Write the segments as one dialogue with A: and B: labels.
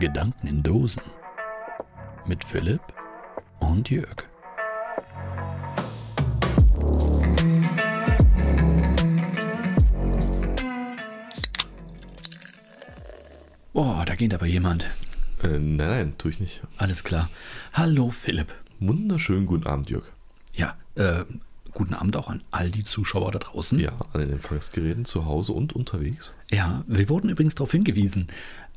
A: Gedanken in Dosen mit Philipp und Jörg. Boah, da geht aber jemand.
B: Äh, nein, nein, tue ich nicht.
A: Alles klar. Hallo Philipp.
B: Wunderschönen guten Abend, Jörg.
A: Ja, äh, guten Abend auch an all die Zuschauer da draußen.
B: Ja, an den Empfangsgeräten zu Hause und unterwegs.
A: Ja, wir wurden übrigens darauf hingewiesen.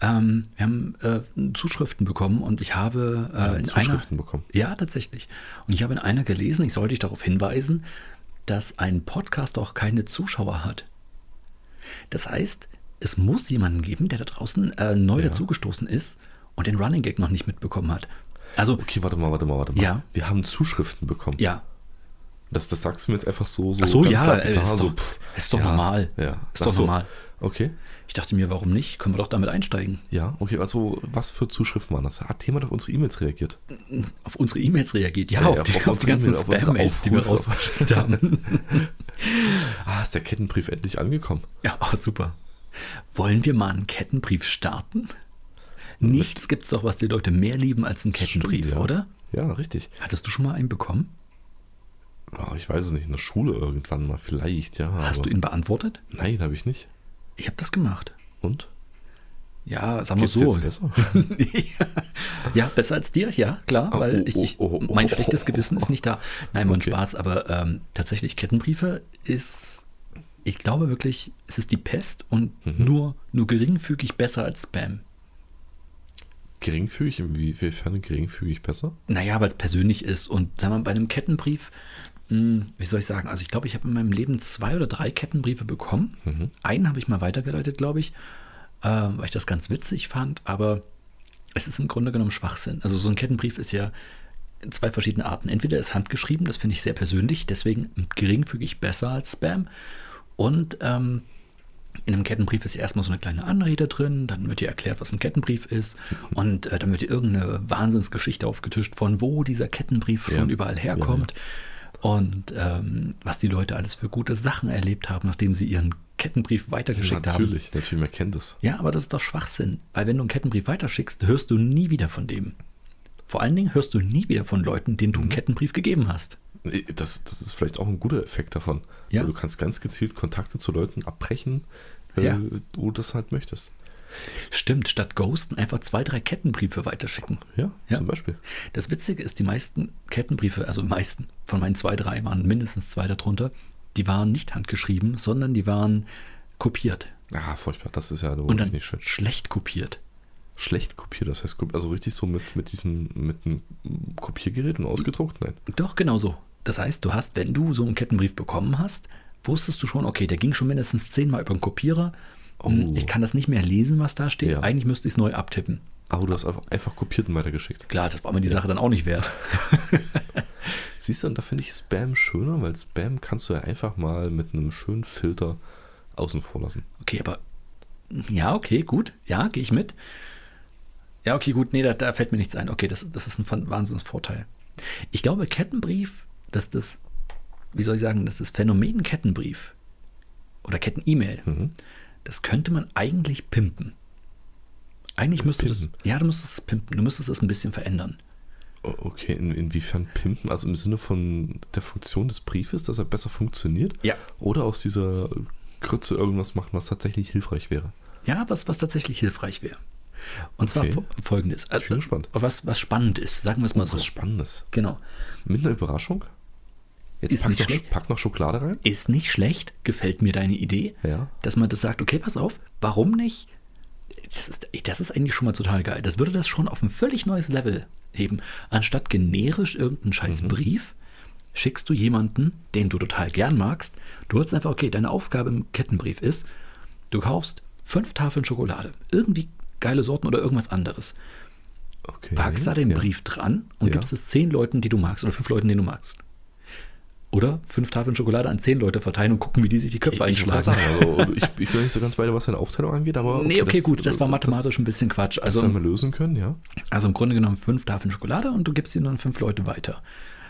A: Ähm, wir haben äh, Zuschriften bekommen und ich habe äh, in einer.
B: Zuschriften bekommen.
A: Ja, tatsächlich. Und ich habe in einer gelesen, ich sollte dich darauf hinweisen, dass ein Podcast auch keine Zuschauer hat. Das heißt, es muss jemanden geben, der da draußen äh, neu
B: Ja.
A: dazugestoßen ist und den Running Gag noch nicht mitbekommen hat. Also,
B: Okay, warte mal, warte mal, warte mal.
A: Ja.
B: Wir haben Zuschriften bekommen.
A: ja.
B: Das, das sagst du mir jetzt einfach so. so
A: Ach so,
B: ganz
A: ja,
B: lapidar,
A: äh, ist,
B: so,
A: doch,
B: pff.
A: ist doch
B: ja,
A: normal.
B: Ja. Also,
A: Ist
B: Ach
A: doch
B: so.
A: normal.
B: Okay,
A: Ich dachte mir, warum nicht? Können wir doch damit einsteigen.
B: ja, okay. Also, was für Zuschriften waren das? Hat jemand auf unsere E-Mails reagiert?
A: auf unsere E-Mails reagiert. Ja,
B: Ja,
A: auf,
B: ja,
A: die,
B: auf
A: auf, die
B: unsere
A: ganzen
B: E-Mail, auf unsere
A: Spam-Mails, die wir
B: Aufrufe.
A: rausgeschickt haben.
B: Ah, ist der Kettenbrief endlich angekommen?
A: ja, oh, super. Wollen wir mal einen Kettenbrief starten? Nichts gibt's doch, was die Leute mehr lieben als einen Kettenbrief,
B: Stimmt, ja.
A: oder?
B: Ja, richtig.
A: Hattest du schon mal einen bekommen?
B: Ah, ich weiß es nicht. In der Schule irgendwann mal, vielleicht, ja.
A: Hast
B: aber-
A: du ihn beantwortet?
B: Nein, habe ich nicht.
A: Ich habe das gemacht.
B: Und?
A: Ja, sagen wir
B: Geht's
A: so.
B: jetzt besser?
A: ja, besser als dir, ja, klar,
B: Ah,
A: weil
B: oh,
A: ich, ich,
B: oh, oh,
A: mein
B: oh,
A: schlechtes
B: oh,
A: Gewissen ist nicht da. Nein, mein
B: Okay.
A: Spaß, aber ähm, tatsächlich, Kettenbriefe ist, ich glaube wirklich, es ist die Pest und
B: Mhm.
A: nur, nur geringfügig besser als Spam.
B: Geringfügig? Inwiefern geringfügig besser?
A: Naja, weil es persönlich ist. Und sagen wir mal, bei einem Kettenbrief, mh, wie soll ich sagen, also ich glaube, ich habe in meinem Leben zwei oder drei Kettenbriefe bekommen. Einen habe ich mal weitergeleitet, glaube ich, äh, weil ich das ganz witzig fand, aber es ist im Grunde genommen Schwachsinn. Also so ein Kettenbrief ist ja in zwei verschiedene Arten. Entweder ist handgeschrieben, das finde ich sehr persönlich, deswegen geringfügig besser als Spam. Und ähm, in einem Kettenbrief ist ja erstmal so eine kleine Anrede drin, dann wird dir erklärt, was ein Kettenbrief ist und äh, dann wird dir irgendeine Wahnsinnsgeschichte aufgetischt, von wo dieser Kettenbrief schon
B: Ja.
A: überall
B: Ja, ja.
A: herkommt und ähm, was die Leute alles für gute Sachen erlebt haben, nachdem sie ihren Kettenbrief weitergeschickt haben.
B: natürlich, natürlich, man kennt es.
A: Ja, aber das ist doch Schwachsinn, weil wenn du einen Kettenbrief weiterschickst, hörst du nie wieder von dem. Vor allen Dingen hörst du nie wieder von Leuten, denen du einen Kettenbrief gegeben hast.
B: Das, das ist vielleicht auch ein guter Effekt davon.
A: Ja.
B: Weil Du kannst ganz gezielt Kontakte zu Leuten abbrechen, äh,
A: Ja.
B: wo du das halt möchtest.
A: Stimmt, statt Ghosten einfach zwei, drei Kettenbriefe weiterschicken.
B: Ja,
A: Ja.
B: zum Beispiel.
A: Das Witzige ist, die meisten Kettenbriefe, also meisten, von meinen zwei, drei waren mindestens zwei darunter, die waren nicht handgeschrieben, sondern die waren kopiert.
B: Ah, furchtbar. Das ist ja
A: Und
B: wirklich
A: dann
B: nicht schön.
A: schlecht kopiert.
B: Schlecht kopiert, das heißt, kopi- also richtig so mit, mit diesem mit einem Kopiergerät und ausgedruckt? Nein.
A: Doch, genau so. Das heißt, du hast, wenn du so einen Kettenbrief bekommen hast, wusstest du schon, okay, der ging schon mindestens zehnmal über den Kopierer. Hm, Ich kann das nicht mehr lesen, was da steht.
B: Ja.
A: Eigentlich müsste ich es neu abtippen.
B: Aber du hast einfach, einfach kopiert und weitergeschickt.
A: Klar, das war mir die Sache dann auch nicht wert.
B: Siehst du, und da finde ich Spam schöner, weil Spam kannst du ja einfach mal mit einem schönen Filter außen vor lassen.
A: Okay, aber ja, okay, gut. Ja, gehe ich mit. Ja, okay, gut. Nee, da, da fällt mir nichts ein. Okay, das, das ist ein Fan- Wahnsinnsvorteil. Ich glaube, Kettenbrief, dass das, wie soll ich sagen, das ist Phänomen Kettenbrief oder Ketten-E-Mail.
B: Mhm.
A: Das könnte man eigentlich pimpen. Eigentlich müsste das.
B: Pimpen?
A: Ja, du müsstest es pimpen. Du müsstest es ein bisschen verändern.
B: O- Oh, Okay, in, inwiefern pimpen? Also im Sinne von der Funktion des Briefes, dass er besser funktioniert?
A: Ja.
B: Oder aus dieser Krütze irgendwas machen, was tatsächlich hilfreich wäre?
A: Ja, was, was tatsächlich hilfreich wäre. Und zwar
B: Okay.
A: fo- folgendes. Äh,
B: Ich bin gespannt.
A: Was, was spannend ist, sagen wir es mal so.
B: Was Spannendes.
A: Genau.
B: Mit einer Überraschung? Jetzt
A: Ist
B: pack,
A: nicht
B: noch,
A: schlecht.
B: pack noch Schokolade rein?
A: ist nicht schlecht, gefällt mir deine Idee,
B: Ja.
A: dass man das sagt, okay, pass auf, warum nicht? Das ist, ey, das ist eigentlich schon mal total geil. Das würde das schon auf ein völlig neues Level heben. Anstatt generisch irgendeinen scheiß Brief, schickst du jemanden, den du total gern magst, du hörst einfach, okay, deine Aufgabe im Kettenbrief ist, du kaufst fünf Tafeln Schokolade, irgendwie geile Sorten oder irgendwas anderes,
B: Okay.
A: packst da den
B: Mhm, ja.
A: Brief dran und
B: Ja.
A: gibst es zehn Leuten, die du magst oder fünf Leuten, die du magst. Oder fünf Tafeln Schokolade an zehn Leute verteilen und gucken, wie die sich die
B: Ich,
A: Köpfe
B: ich, wollte gerade
A: einschlagen.
B: sagen, also, ich, ich bin nicht so ganz bei dir, was deine Aufteilung angeht, aber.
A: Nee, okay, gut, das war mathematisch ein bisschen Quatsch.
B: Das, das
A: Also,
B: werden wir lösen können, ja.
A: also im Grunde genommen fünf Tafeln Schokolade und du gibst ihnen dann fünf Leute weiter.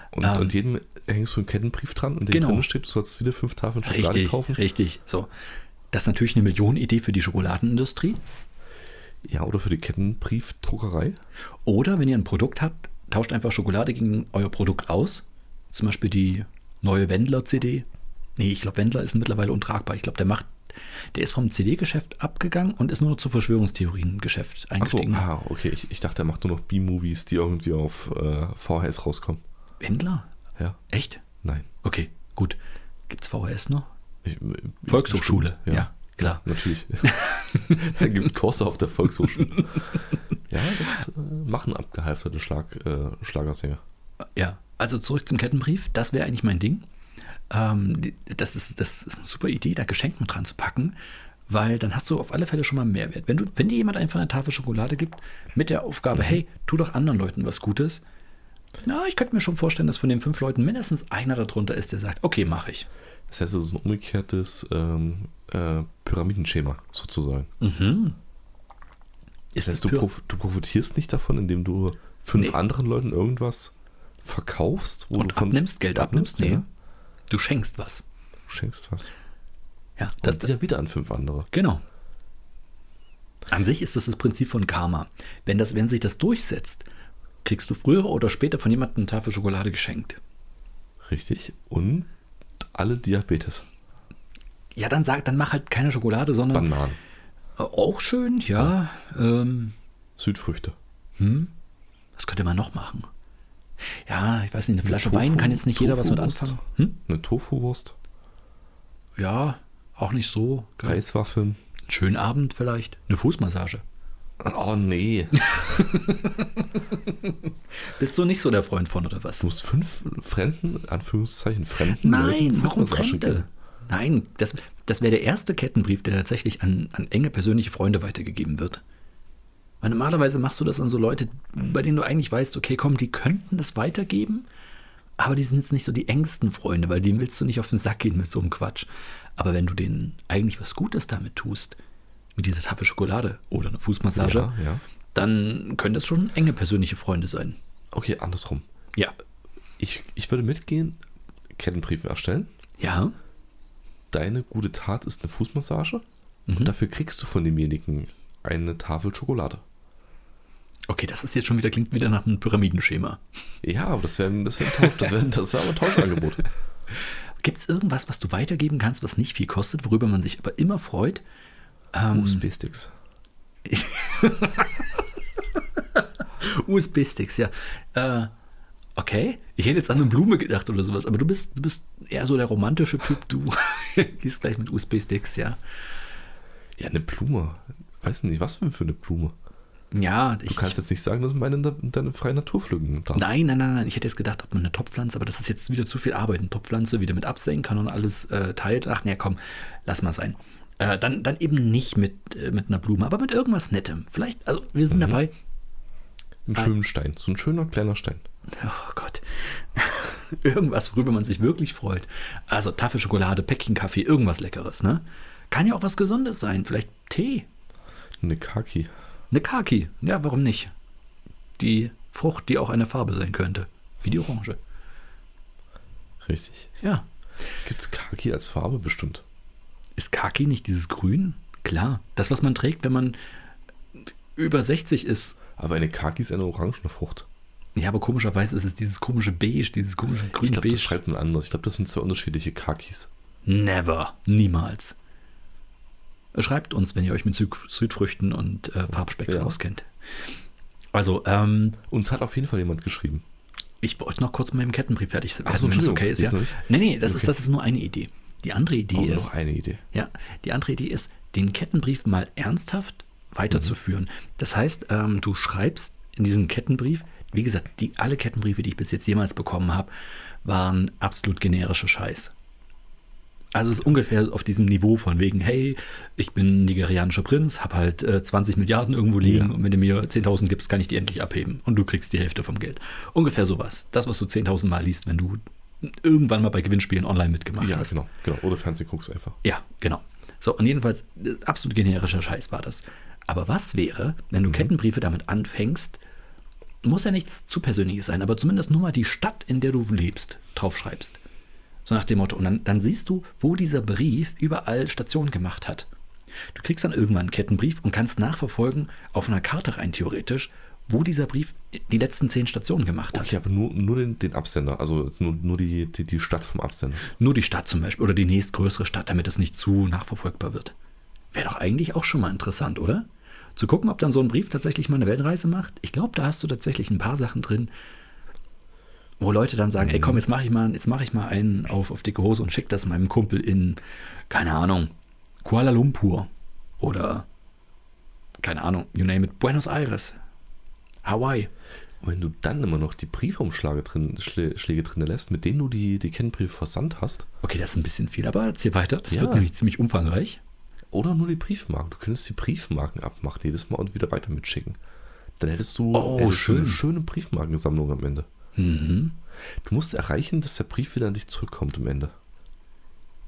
B: Und,
A: Ähm.
B: und jedem hängst du einen Kettenbrief dran und dem
A: Genau.
B: drin steht, du sollst wieder fünf Tafeln Schokolade
A: Richtig,
B: kaufen.
A: richtig. So. Das ist natürlich eine Millionenidee für die Schokoladenindustrie.
B: Ja, oder für die Kettenbriefdruckerei.
A: Oder wenn ihr ein Produkt habt, tauscht einfach Schokolade gegen euer Produkt aus. Zum Beispiel die neue Wendler-CD. Nee, ich glaube, Wendler ist mittlerweile untragbar. Ich glaube, der macht, der ist vom CD-Geschäft abgegangen und ist nur noch zu Verschwörungstheorien-Geschäft
B: Achso,
A: eingestiegen.
B: ah, okay. Ich, ich dachte, er macht nur noch B-Movies, die irgendwie auf äh, VHS rauskommen.
A: Wendler?
B: Ja,
A: Echt?
B: nein.
A: Okay, gut. Gibt's VHS noch?
B: Ich,
A: Volkshochschule,
B: Ja,
A: ja, klar.
B: natürlich. er gibt Kurse auf der Volkshochschule. ja, das äh, machen abgehalfterte Schlag, äh, Schlagersänger.
A: Ja, also zurück zum Kettenbrief. Das wäre eigentlich mein Ding. Ähm, die- das, ist, das ist eine super Idee, da Geschenk mit dran zu packen, weil dann hast du auf alle Fälle schon mal einen Mehrwert. Wenn, du, wenn dir jemand einfach eine Tafel Schokolade gibt mit der
B: Mhm.
A: Aufgabe, hey, tu doch anderen Leuten was Gutes, na, ich könnte mir schon vorstellen, dass von den fünf Leuten mindestens einer darunter ist, der sagt, okay, mache ich.
B: Das heißt, es ist ein umgekehrtes ähm, äh, Pyramidenschema sozusagen.
A: Mhm. Ist
B: Das heißt, du,
A: Pyra-
B: prof du profitierst nicht davon, indem du fünf
A: Nee.
B: anderen Leuten irgendwas verkaufst wo
A: und
B: du von,
A: abnimmst, Geld abnimmst?
B: abnimmst, ja.
A: Du schenkst was.
B: Du schenkst was.
A: Ja, das,
B: Das und wieder, wieder an fünf andere.
A: Genau. An sich ist das das Prinzip von Karma. Wenn, das, wenn sich das durchsetzt, kriegst du früher oder später von jemandem eine Tafel Schokolade geschenkt.
B: Richtig. Und alle Diabetes.
A: Ja, dann sag, dann mach halt keine Schokolade, sondern
B: Bananen.
A: äh, auch schön, ja. Ähm,
B: Südfrüchte.
A: was könnte man noch machen? Ja, ich weiß nicht, eine Flasche
B: Tofu-
A: Wein kann jetzt nicht jeder was mit
B: Tofu-Wurst.
A: anfangen. Hm?
B: Eine Tofu-Wurst.
A: Ja, auch nicht so. Geil.
B: Reiswaffeln.
A: Schönen Abend vielleicht. Eine Fußmassage.
B: Oh nee.
A: Bist du nicht so der Freund von oder was?
B: Du musst fünf Fremden, in Anführungszeichen Fremden.
A: Nein,
B: Leuten
A: warum
B: Fitnessraschen
A: Fremde?
B: geben.
A: Nein, das, das wäre der erste Kettenbrief, der tatsächlich an, an enge persönliche Freunde weitergegeben wird. Weil normalerweise machst du das an so Leute, bei denen du eigentlich weißt, okay, komm, die könnten das weitergeben, aber die sind jetzt nicht so die engsten Freunde, weil denen willst du nicht auf den Sack gehen mit so einem Quatsch. Aber wenn du denen eigentlich was Gutes damit tust, mit dieser Tafel Schokolade oder einer Fußmassage,
B: Ja, ja.
A: dann können das schon enge persönliche Freunde sein.
B: Okay, andersrum.
A: Ja.
B: Ich, ich würde mitgehen, Kettenbriefe erstellen.
A: Ja.
B: Deine gute Tat ist eine Fußmassage.
A: Mhm.
B: Und dafür kriegst du von demjenigen eine Tafel Schokolade.
A: Okay, das ist jetzt schon wieder, klingt wieder nach einem Pyramidenschema.
B: Ja, aber das wäre das wär ein Tausch, das wäre das wär aber ein Tauschangebot.
A: Gibt es irgendwas, was du weitergeben kannst, was nicht viel kostet, worüber man sich aber immer freut?
B: Hm. USB-Sticks.
A: USB-Sticks, ja. Äh, okay, ich hätte jetzt an eine Blume gedacht oder sowas, aber du bist, du bist eher so der romantische Typ, du gehst gleich mit USB-Sticks, ja.
B: Ja, eine Blume. Weiß nicht, was für eine Blume.
A: Ja, ich.
B: Du kannst jetzt nicht sagen, dass man meine in deine freie Natur pflücken darf.
A: nein, nein, nein, nein, ich hätte jetzt gedacht, ob man eine Topfpflanze, aber das ist jetzt wieder zu viel Arbeit, eine Topfpflanze wieder mit absenken kann und alles äh, teilt. Ach, nee, komm, lass mal sein. Äh, dann, dann eben nicht mit, äh, mit einer Blume, aber mit irgendwas Nettem. Vielleicht, also wir
B: Mhm.
A: sind dabei,
B: Einen schönen Stein. So ein schöner kleiner Stein.
A: Oh Gott. irgendwas, worüber man sich wirklich freut. Also Tafel Schokolade, Päckchen Kaffee, irgendwas Leckeres, ne? Kann ja auch was Gesundes sein. Vielleicht Tee,
B: Eine Kaki.
A: eine Kaki. Ja, warum nicht? Die Frucht, die auch eine Farbe sein könnte. Wie die Orange.
B: Richtig.
A: Ja.
B: Gibt's Kaki als Farbe bestimmt?
A: Ist Kaki nicht dieses Grün? Klar. Das, was man trägt, wenn man über 60 ist.
B: Aber eine Kaki ist eine orangene Frucht.
A: Ja, aber komischerweise ist es dieses komische Beige, dieses komische
B: Ich glaube, das
A: Grün-Beige.
B: schreibt man anders. Ich glaube, das sind zwei unterschiedliche Kakis.
A: Never. Niemals. Schreibt uns, wenn ihr euch mit Süd Südfrüchten und äh, Farbspektrum
B: Ja.
A: auskennt. Also, ähm,
B: Uns hat auf jeden Fall jemand geschrieben.
A: ich wollte noch kurz mit dem Kettenbrief fertig werden,
B: Ach so,
A: wenn das
B: Entschuldigung,
A: okay ist.
B: ist
A: Ja.
B: noch nicht?
A: Nee, nee, das,
B: Okay.
A: ist, das ist nur eine Idee. Die andere Idee
B: Oh,
A: ist,
B: noch eine Idee.
A: ja, die andere Idee ist, den Kettenbrief mal ernsthaft weiterzuführen.
B: Mhm.
A: Das heißt, ähm, du schreibst in diesen Kettenbrief, wie gesagt, die, alle Kettenbriefe, die ich bis jetzt jemals bekommen habe, waren absolut generischer Scheiß. Also es ist ungefähr auf diesem Niveau von wegen, hey, ich bin nigerianischer Prinz, habe halt äh, 20 Milliarden irgendwo liegen und wenn du mir 10.000 gibst, kann ich die endlich abheben und du kriegst die Hälfte vom Geld. Ungefähr sowas. Das, was du 10.000 Mal liest, wenn du irgendwann mal bei Gewinnspielen online mitgemacht
B: ja,
A: hast.
B: genau, genau. Oder Fernsehen guckst einfach.
A: Ja, genau. So, und jedenfalls, äh, absolut generischer Scheiß war das. Aber was wäre, wenn du Kettenbriefe damit anfängst, muss ja nichts zu Persönliches sein, aber zumindest nur mal die Stadt, in der du lebst, draufschreibst. So nach dem Motto. Und dann, dann siehst du, wo dieser Brief überall Station gemacht hat. Du kriegst dann irgendwann einen Kettenbrief und kannst nachverfolgen auf einer Karte rein theoretisch, wo dieser Brief die letzten zehn Stationen gemacht hat.
B: Okay, aber nur, nur den, den Absender, also jetzt nur, nur die, die, die Stadt vom Absender.
A: Nur die Stadt zum Beispiel oder die nächstgrößere Stadt, damit es nicht zu nachverfolgbar wird. Wäre doch eigentlich auch schon mal interessant, oder? Zu gucken, ob dann so ein Brief tatsächlich mal eine Weltreise macht. Ich glaube, da hast du tatsächlich ein paar Sachen drin, wo Leute dann sagen, ey komm, jetzt mache ich mal, jetzt mache ich mal einen auf, auf dicke Hose und schick das meinem Kumpel in, keine Ahnung, Kuala Lumpur oder keine Ahnung, you name it, Buenos Aires, Hawaii.
B: Und wenn du dann immer noch die Briefumschläge drin, Schlä- Schläge drin lässt, mit denen du die, die Kettenbriefe versandt hast,
A: Okay, das ist ein bisschen viel, aber erzähl weiter. Das
B: Ja.
A: wird nämlich ziemlich umfangreich.
B: oder nur die Briefmarken, du könntest die Briefmarken abmachen, jedes Mal und wieder weiter mitschicken. Dann hättest du
A: Oh,
B: hättest du
A: schön.
B: eine schöne Briefmarkensammlung am Ende.
A: Mhm.
B: Du musst erreichen, dass der Brief wieder an dich zurückkommt am Ende.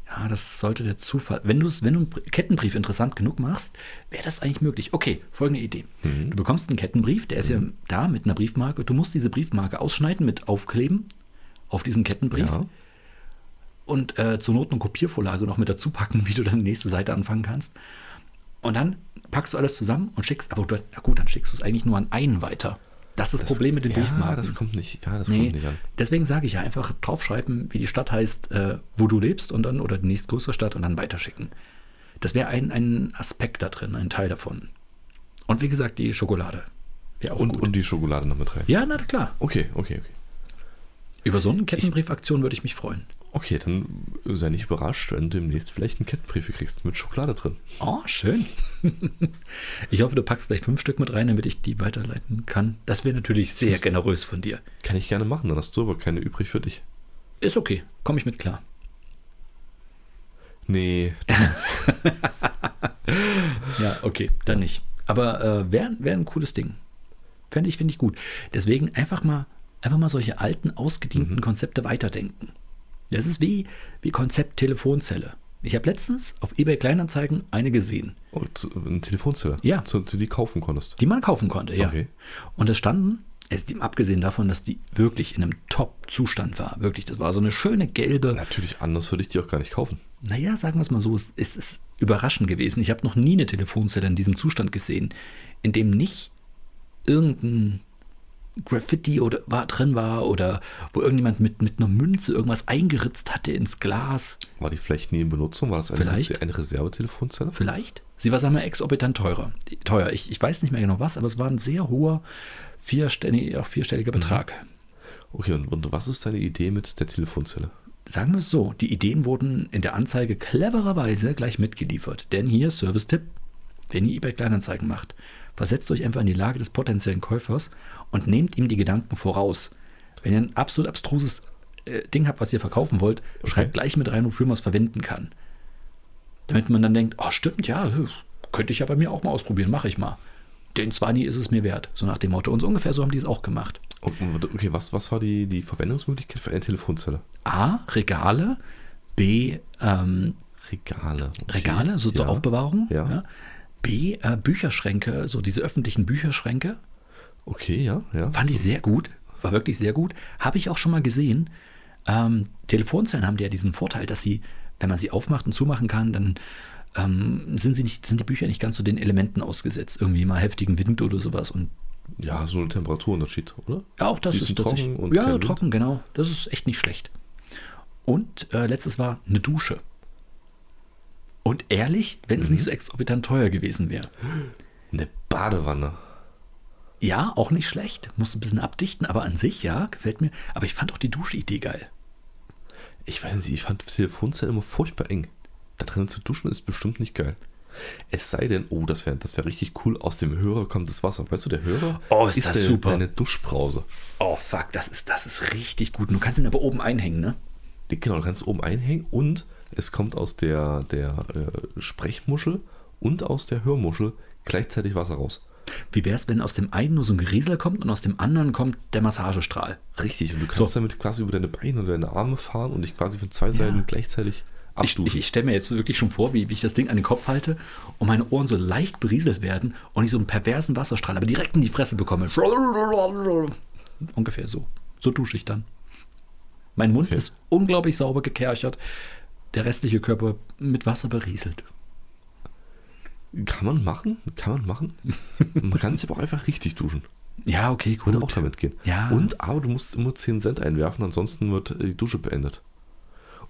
A: Ja, das sollte der Zufall. Wenn, du's, wenn du einen Br- Kettenbrief interessant genug machst, wäre das eigentlich möglich. Okay, folgende Idee.
B: Mhm.
A: Du bekommst einen Kettenbrief, der ist ja da mit einer Briefmarke. Du musst diese Briefmarke ausschneiden mit Aufkleben auf diesen Kettenbrief
B: Ja.
A: und äh, zur Not eine Kopiervorlage noch mit dazu packen, wie du dann die nächste Seite anfangen kannst. Und dann packst du alles zusammen und schickst, aber du, na gut, dann schickst du es eigentlich nur an einen weiter. Das ist das, Problem mit den
B: ja,
A: Briefmarken.
B: das kommt nicht. Ja, das
A: Nee,
B: kommt nicht an.
A: deswegen sage ich ja einfach draufschreiben, wie die Stadt heißt, äh, wo du lebst und dann oder die nächstgrößere Stadt und dann weiterschicken. Das wäre ein, ein Aspekt da drin, ein Teil davon. Und wie gesagt, die Schokolade. Wäre auch
B: Und,
A: gut.
B: und die Schokolade noch mit rein.
A: ja, na klar.
B: Okay, okay, okay.
A: Über so eine Kettenbriefaktion würde ich mich freuen.
B: Okay, dann sei nicht überrascht, wenn du demnächst vielleicht einen Kettenbrief kriegst mit Schokolade drin.
A: Oh, schön. ich hoffe, du packst gleich fünf Stück mit rein, damit ich die weiterleiten kann. Das wäre natürlich sehr generös von dir.
B: Kann ich gerne machen, dann hast du aber keine übrig für dich.
A: Ist okay, komme ich mit klar.
B: Nee,
A: Ja, okay, dann nicht. Aber äh, wäre wär ein cooles Ding. Fände ich, finde ich gut. Deswegen einfach mal, einfach mal solche alten, ausgedienten Konzepte weiterdenken. Das ist wie, wie Konzept Telefonzelle. Ich habe letztens auf eBay Kleinanzeigen eine gesehen,
B: oh, zu, ein Telefonzelle.
A: Ja.
B: Zu, zu die kaufen konntest.
A: die man kaufen konnte, ja.
B: Okay.
A: Und es standen, es, abgesehen davon, dass die wirklich in einem Top-Zustand war, wirklich, das war so eine schöne gelbe,
B: Natürlich, anders würde ich die auch gar nicht kaufen.
A: Naja, sagen wir es mal so, es es ist überraschend gewesen. Ich habe noch nie eine Telefonzelle in diesem Zustand gesehen, in dem nicht irgendein Graffiti oder war, drin war oder wo irgendjemand mit, mit einer Münze irgendwas eingeritzt hatte ins Glas.
B: War die vielleicht nie in Benutzung? War das eine,
A: Vielleicht.
B: Rese- eine Reservetelefonzelle?
A: Vielleicht. Sie war, sagen wir, exorbitant teurer. Teuer. Ich, ich weiß nicht mehr genau was, aber es war ein sehr hoher vierstelliger, auch vierstelliger Betrag.
B: Okay, und, und was ist deine Idee mit der Telefonzelle?
A: Sagen wir es so, die Ideen wurden in der Anzeige clevererweise gleich mitgeliefert. Denn hier Service-Tipp, wenn ihr eBay Kleinanzeigen macht, versetzt euch einfach in die Lage des potenziellen Käufers und nehmt ihm die Gedanken voraus. Wenn ihr ein absolut abstruses äh, Ding habt, was ihr verkaufen wollt, schreibt gleich mit rein, wofür man es verwenden kann. Damit man dann denkt, oh stimmt, ja, hm, könnte ich ja bei mir auch mal ausprobieren, mache ich mal. Den Zwanni ist es mir wert, so nach dem Motto. Und so ungefähr so haben die es auch gemacht.
B: Und- Okay, was, was war die, die Verwendungsmöglichkeit für eine Telefonzelle?
A: A, Regale, B, ähm,
B: Regale. okay.
A: Regale, so zur
B: Ja.
A: Aufbewahrung.
B: Ja.
A: B, äh, Bücherschränke, so diese öffentlichen Bücherschränke.
B: Okay, ja, ja.
A: Fand ich sehr gut. War wirklich sehr gut. Habe ich auch schon mal gesehen. Ähm, Telefonzellen haben ja diesen Vorteil, dass sie, wenn man sie aufmacht und zumachen kann, dann ähm, sind, sie nicht, sind die Bücher nicht ganz so den Elementen ausgesetzt. Irgendwie mal heftigen Wind oder sowas. Und
B: Ja, so ein Temperaturunterschied, oder?
A: ja, auch das
B: Die sind
A: ist tatsächlich-
B: trocken und
A: Ja,
B: kein Wind.
A: trocken, genau. Das ist echt nicht schlecht. Und äh, letztes war eine Dusche. Und ehrlich, wenn
B: Mhm.
A: es nicht so exorbitant teuer gewesen wäre.
B: Eine Badewanne.
A: Ja, auch nicht schlecht. Musst ein bisschen abdichten, aber an sich, ja, gefällt mir. Aber ich fand auch die Duschidee geil.
B: Ich weiß nicht, ich fand Telefonzelle immer furchtbar eng. Da drinnen zu duschen ist bestimmt nicht geil. Es sei denn, oh, das wäre das wär richtig cool, aus dem Hörer kommt das Wasser. Weißt du, der Hörer
A: Oh, ist das
B: deine,
A: super.
B: deine Duschbrause.
A: Oh fuck, das ist, das ist richtig gut. Und Du kannst ihn aber oben einhängen, ne?
B: Die- Genau, du kannst oben einhängen und es kommt aus der, der äh, Sprechmuschel und aus der Hörmuschel gleichzeitig Wasser raus.
A: Wie wär's, wenn aus dem einen nur so ein Geriesel kommt und aus dem anderen kommt der Massagestrahl?
B: Richtig, und du kannst
A: So.
B: damit quasi über deine Beine oder deine Arme fahren und dich quasi von zwei Seiten gleichzeitig
A: Ich,
B: abduschen.
A: ich, ich stelle mir jetzt wirklich schon vor, wie, wie ich das Ding an den Kopf halte und meine Ohren so leicht berieselt werden und ich so einen perversen Wasserstrahl aber direkt in die Fresse bekomme. Ungefähr so. So dusche ich dann. Mein Mund
B: Okay.
A: ist unglaublich sauber gekerchert, der restliche Körper mit Wasser berieselt.
B: Kann man machen, kann man machen. Man kann sich aber auch einfach richtig duschen.
A: Ja, okay, gut.
B: Würde auch damit gehen.
A: Ja.
B: Und aber du musst immer 10 Cent einwerfen, ansonsten wird äh, die Dusche beendet.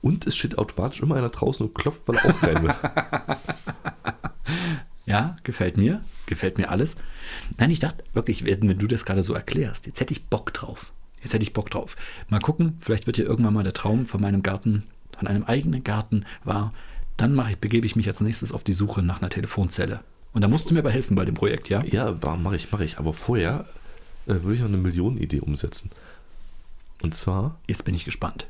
B: Und es steht automatisch immer einer draußen und klopft, weil er auch rein will.
A: Ja, gefällt mir. Gefällt mir alles. Nein, ich dachte wirklich, wenn wenn du das gerade so erklärst, jetzt hätte ich Bock drauf. Jetzt hätte ich Bock drauf. Mal gucken, vielleicht wird hier irgendwann mal der Traum von meinem Garten, von einem eigenen Garten wahr. Dann mache ich, begebe ich mich als nächstes auf die Suche nach einer Telefonzelle. Und da musst du mir aber helfen bei dem Projekt, ja?
B: Ja, mache ich, mache ich. Aber vorher äh, würde ich noch eine Millionenidee umsetzen. Und zwar,
A: Jetzt bin ich gespannt.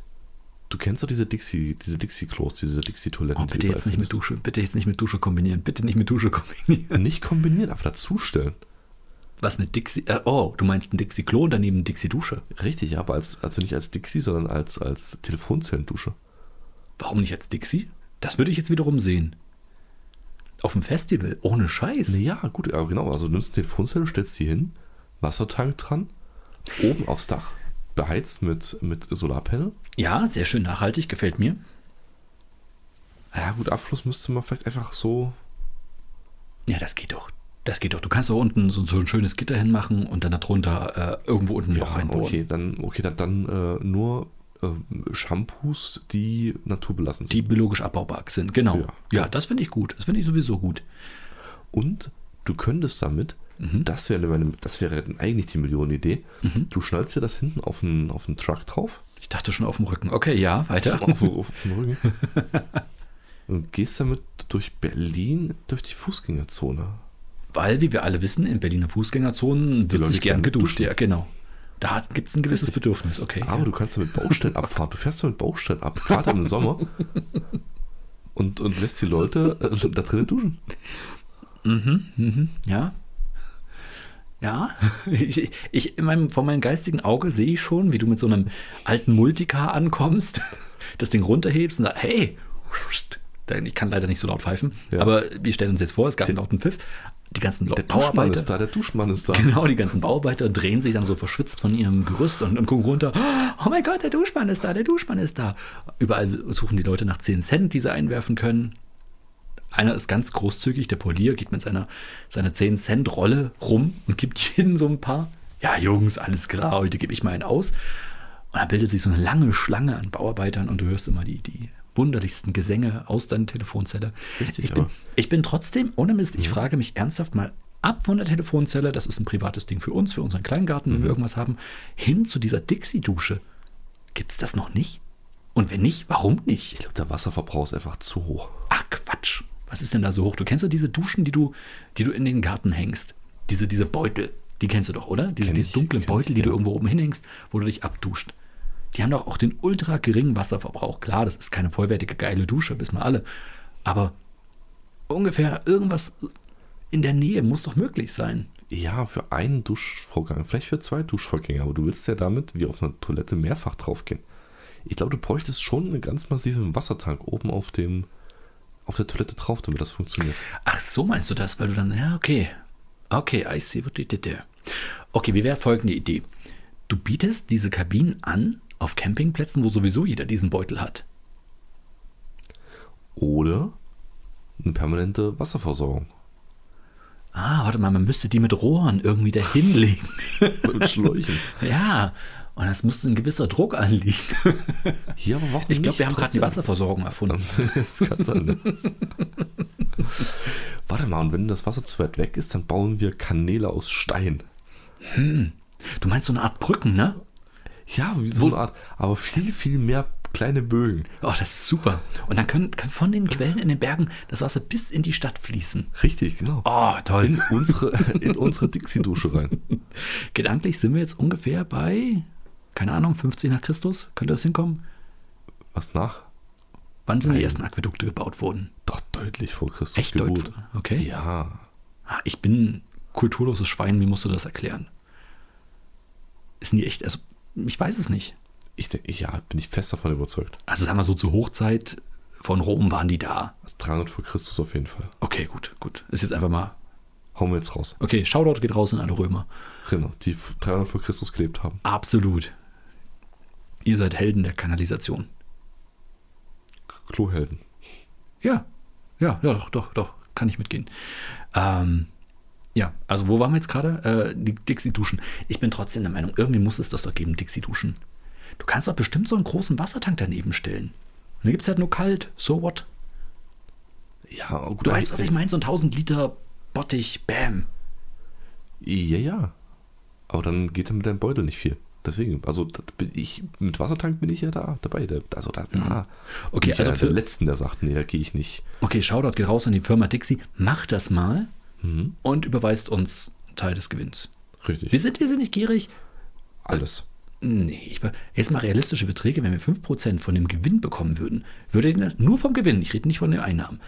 B: du kennst doch diese Dixie, diese Dixie-Klos, diese Dixie-Toiletten.
A: Oh, bitte
B: überall
A: jetzt nicht mit
B: findest.
A: Dusche, bitte jetzt nicht mit Dusche kombinieren, bitte nicht mit Dusche kombinieren.
B: Nicht kombinieren, aber dazustellen.
A: Was eine Dixie, äh, oh, du meinst ein Dixie-Klo und daneben eine Dixie-Dusche.
B: Richtig, ja, aber als, also nicht als Dixie, sondern als, als Telefonzellendusche.
A: Warum nicht als Dixie? Das würde ich jetzt wiederum sehen. Auf dem Festival, ohne Scheiß.
B: Ja, gut, aber genau. Also du nimmst den Telefonzelle, stellst die hin, Wassertank dran, oben aufs Dach, beheizt mit, mit Solarpanel.
A: Ja, sehr schön nachhaltig, gefällt mir.
B: Ja, gut, Abfluss müsste man vielleicht einfach so.
A: Ja, das geht doch. Das geht doch. Du kannst doch unten so, so ein schönes Gitter hinmachen und dann darunter äh, irgendwo unten ein Loch einbohren.
B: okay, dann, okay, dann, dann äh, nur äh, Shampoos, die naturbelassen sind.
A: Die biologisch abbaubar sind, genau.
B: Ja.
A: Ja, das finde ich gut. Das finde ich sowieso gut.
B: Und du könntest damit, das, wäre meine, das wäre eigentlich die Millionenidee, du schnallst dir das hinten auf den, auf den Truck drauf,
A: Ich dachte schon auf dem Rücken. Okay, ja, weiter.
B: auf, auf, auf den Rücken und gehst damit durch Berlin, durch die Fußgängerzone.
A: Weil, wie wir alle wissen, in Berliner Fußgängerzonen wird
B: Leute
A: sich gern
B: gerne
A: geduscht.
B: duschen. Ah,
A: Ja, genau. Da gibt es ein gewisses Bedürfnis, okay.
B: Aber du kannst damit Baustellen abfahren. Du fährst damit Baustellen ab, gerade im Sommer. Und, und lässt die Leute äh, da drinnen duschen.
A: Ja. Ja, ich, ich in meinem, vor meinem geistigen Auge sehe ich schon, wie du mit so einem alten Multicar ankommst, das Ding runterhebst und sagst, hey, Denn ich kann leider nicht so laut pfeifen,
B: Ja.
A: aber wir stellen uns jetzt vor, es gab einen lauten Pfiff, die ganzen Lo-
B: Der Duschmann ist
A: Bauarbeiter,
B: da, der Duschmann ist da.
A: genau, die ganzen Bauarbeiter drehen sich dann so verschwitzt von ihrem Gerüst und, und gucken runter, oh mein Gott, der Duschmann ist da, der Duschmann ist da. Überall suchen die Leute nach 10 Cent, die sie einwerfen können, einer ist ganz großzügig, der Polier geht mit seiner, seiner 10-Cent-Rolle rum und gibt jedem so ein paar. Ja, Jungs, alles klar, heute gebe ich mal einen aus. Und da bildet sich so eine lange Schlange an Bauarbeitern und du hörst immer die, die wunderlichsten Gesänge aus deiner Telefonzelle.
B: Richtig,
A: ich, bin,
B: aber-
A: ich bin trotzdem, ohne Mist, ich frage mich ernsthaft mal ab von der Telefonzelle, das ist ein privates Ding für uns, für unseren Kleingarten, wenn wir irgendwas haben, hin zu dieser Dixie-Dusche. Gibt es das noch nicht? Und wenn nicht, warum nicht?
B: Ich glaube, der Wasserverbrauch ist einfach zu hoch.
A: Ach Quatsch. Was ist denn da so hoch? Du kennst doch diese Duschen, die du, die du in den Garten hängst. Diese, diese Beutel. Die kennst du doch, oder? Diese,
B: Kenn
A: diese
B: ich,
A: dunklen
B: kenn ich,
A: Beutel, die du
B: ja.
A: irgendwo oben hinhängst, wo du dich abduscht. Die haben doch auch den ultra geringen Wasserverbrauch. Klar, das ist keine vollwertige geile Dusche, wissen wir alle. Aber ungefähr irgendwas in der Nähe muss doch möglich sein.
B: Ja, für einen Duschvorgang, vielleicht für zwei Duschvorgänge, aber du willst ja damit, wie auf einer Toilette, mehrfach draufgehen. Ich glaube, du bräuchtest schon einen ganz massiven Wassertank oben auf dem auf der Toilette drauf, damit das funktioniert.
A: Ach, so meinst du das, weil du dann, ja, okay. Okay, I see what you did there. Okay, wie wäre folgende Idee? Du bietest diese Kabinen an auf Campingplätzen, wo sowieso jeder diesen Beutel hat.
B: Oder eine permanente Wasserversorgung.
A: Ah, warte mal, man müsste die mit Rohren irgendwie dahin legen.
B: Mit Schläuchen.
A: ja, und das muss ein gewisser Druck anliegen.
B: Ja, aber warum
A: Ich glaube, wir haben gerade die
B: nicht trotzdem?
A: Wasserversorgung erfunden.
B: das kann sein. Ne? Warte mal, und wenn das Wasser zu weit weg ist, dann bauen wir Kanäle aus Stein.
A: Du meinst so eine Art Brücken, ne?
B: Ja, wie
A: Mhm.
B: so eine Art, aber viel, viel mehr kleine Bögen.
A: Oh, das ist super. Und dann können, kann von den Quellen in den Bergen das Wasser bis in die Stadt fließen.
B: Richtig, genau.
A: Oh, toll.
B: In unsere, in unsere Dixie-Dusche rein.
A: Gedanklich sind wir jetzt ungefähr bei, keine Ahnung, 50 nach Christus. Könnte das hinkommen?
B: Was nach?
A: Wann sind die ersten Aquädukte gebaut worden?
B: Doch deutlich vor Christus
A: Echt
B: Geburt.
A: deutlich? Okay.
B: Ja.
A: Ah, Ich bin ein kulturloses Schwein, wie musst du das erklären? Ist nie echt, also ich weiß es nicht.
B: Ich denke, ja, bin ich fest davon überzeugt.
A: Also sagen wir so, zur Hochzeit von Rom waren die da.
B: Also 300 vor Christus auf jeden Fall.
A: Okay, gut, gut. Ist jetzt einfach mal.
B: Hauen wir jetzt raus.
A: Okay, Shoutout geht raus an alle Römer.
B: Genau, die f- 300 vor Christus gelebt haben.
A: Absolut. Ihr seid Helden der Kanalisation.
B: K- Klohelden.
A: Ja, ja, ja, doch, doch, doch. kann ich mitgehen. Ähm, ja, also wo waren wir jetzt gerade? Äh, die Dixie-Duschen. Ich bin trotzdem der Meinung, irgendwie muss es das doch geben, Dixie-Duschen. Du kannst doch bestimmt so einen großen Wassertank daneben stellen. Und dann gibt es halt nur kalt. So what?
B: Ja, gut.
A: Du weißt, was ich
B: Äh,
A: meine? So ein 1000 Liter Bottich, bam.
B: Ja, ja. Aber dann geht er mit deinem Beutel nicht viel. Deswegen, also das bin ich, mit Wassertank bin ich ja da dabei. Da, also da, da.
A: Mhm. Okay,
B: ich
A: also
B: ja
A: für-
B: der Letzten, der sagt, nee, da gehe ich nicht.
A: Okay, Shoutout geht raus an die Firma Dixie. Macht das mal
B: Mhm.
A: und überweist uns einen Teil des Gewinns.
B: Richtig.
A: Wir sind, wir sind nicht gierig.
B: Alles.
A: Nee, ich, wür- jetzt mal realistische Beträge. Wenn wir 5% von dem Gewinn bekommen würden, würde denen das, nur vom Gewinn, ich rede nicht von den Einnahmen,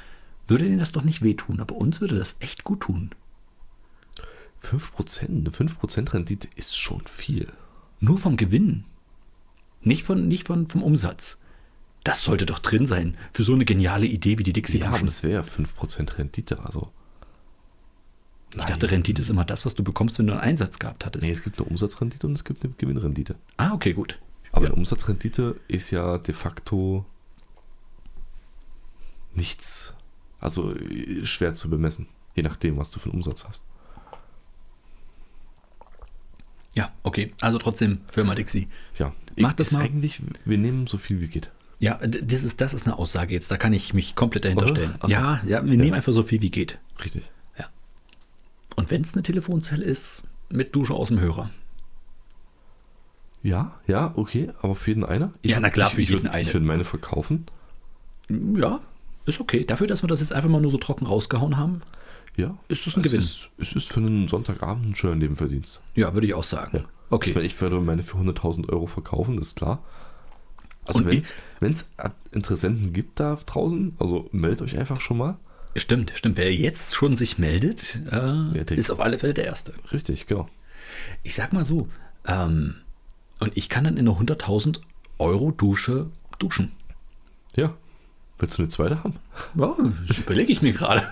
A: würde denen das doch nicht wehtun. Aber uns würde das echt gut tun.
B: 5%, eine 5% Rendite ist schon viel.
A: Nur vom Gewinn. Nicht, von, nicht von, vom Umsatz. Das sollte doch drin sein für so eine geniale Idee wie die Dixie
B: Ja, aber
A: Duschen.
B: das wäre ja 5% Rendite, also.
A: Ich dachte, Rendite ist immer das, was du bekommst, wenn du einen Einsatz gehabt hattest.
B: Nee, es gibt eine Umsatzrendite und es gibt eine Gewinnrendite.
A: Ah, okay, gut.
B: Aber
A: Ja.
B: eine Umsatzrendite ist ja de facto nichts. Also äh, schwer zu bemessen, je nachdem, was du für einen Umsatz hast.
A: Ja, okay. Also trotzdem, Firma Dixie.
B: Ja,
A: Mach
B: ich-
A: das
B: ist
A: mal.
B: eigentlich, wir nehmen so viel wie geht.
A: Ja, d- das ist, das ist eine Aussage jetzt. Da kann ich mich komplett dahinter
B: Oder?
A: stellen.
B: Ach so.
A: Ja, ja, wir nehmen einfach so viel wie geht.
B: Richtig.
A: Und wenn es eine Telefonzelle ist, mit Dusche aus dem Hörer.
B: Ja, ja, okay, aber für jeden einer? Ich
A: Ja,
B: würd-
A: na klar,
B: ich,
A: für
B: ich
A: jeden
B: würd-
A: eine.
B: Ich würde meine verkaufen.
A: Ja, ist okay. Dafür, dass wir das jetzt einfach mal nur so trocken rausgehauen haben,
B: Ja.
A: Ist das ein
B: es
A: Gewinn?
B: Ist, es ist für einen Sonntagabend ein schöner Nebenverdienst.
A: ja, würde ich auch sagen. Okay.
B: Ich, meine, ich würde meine für 100.000 Euro verkaufen, ist klar. Also
A: Und
B: wenn es Interessenten gibt da draußen, also meldet euch einfach schon mal.
A: Stimmt, stimmt. Wer jetzt schon sich meldet, äh,
B: der-
A: ist auf alle Fälle der Erste.
B: Richtig, genau.
A: Ich sag mal so, ähm, und ich kann dann in einer 100.000 Euro Dusche duschen.
B: Ja. Willst du eine zweite haben?
A: Ja, das überlege ich mir gerade.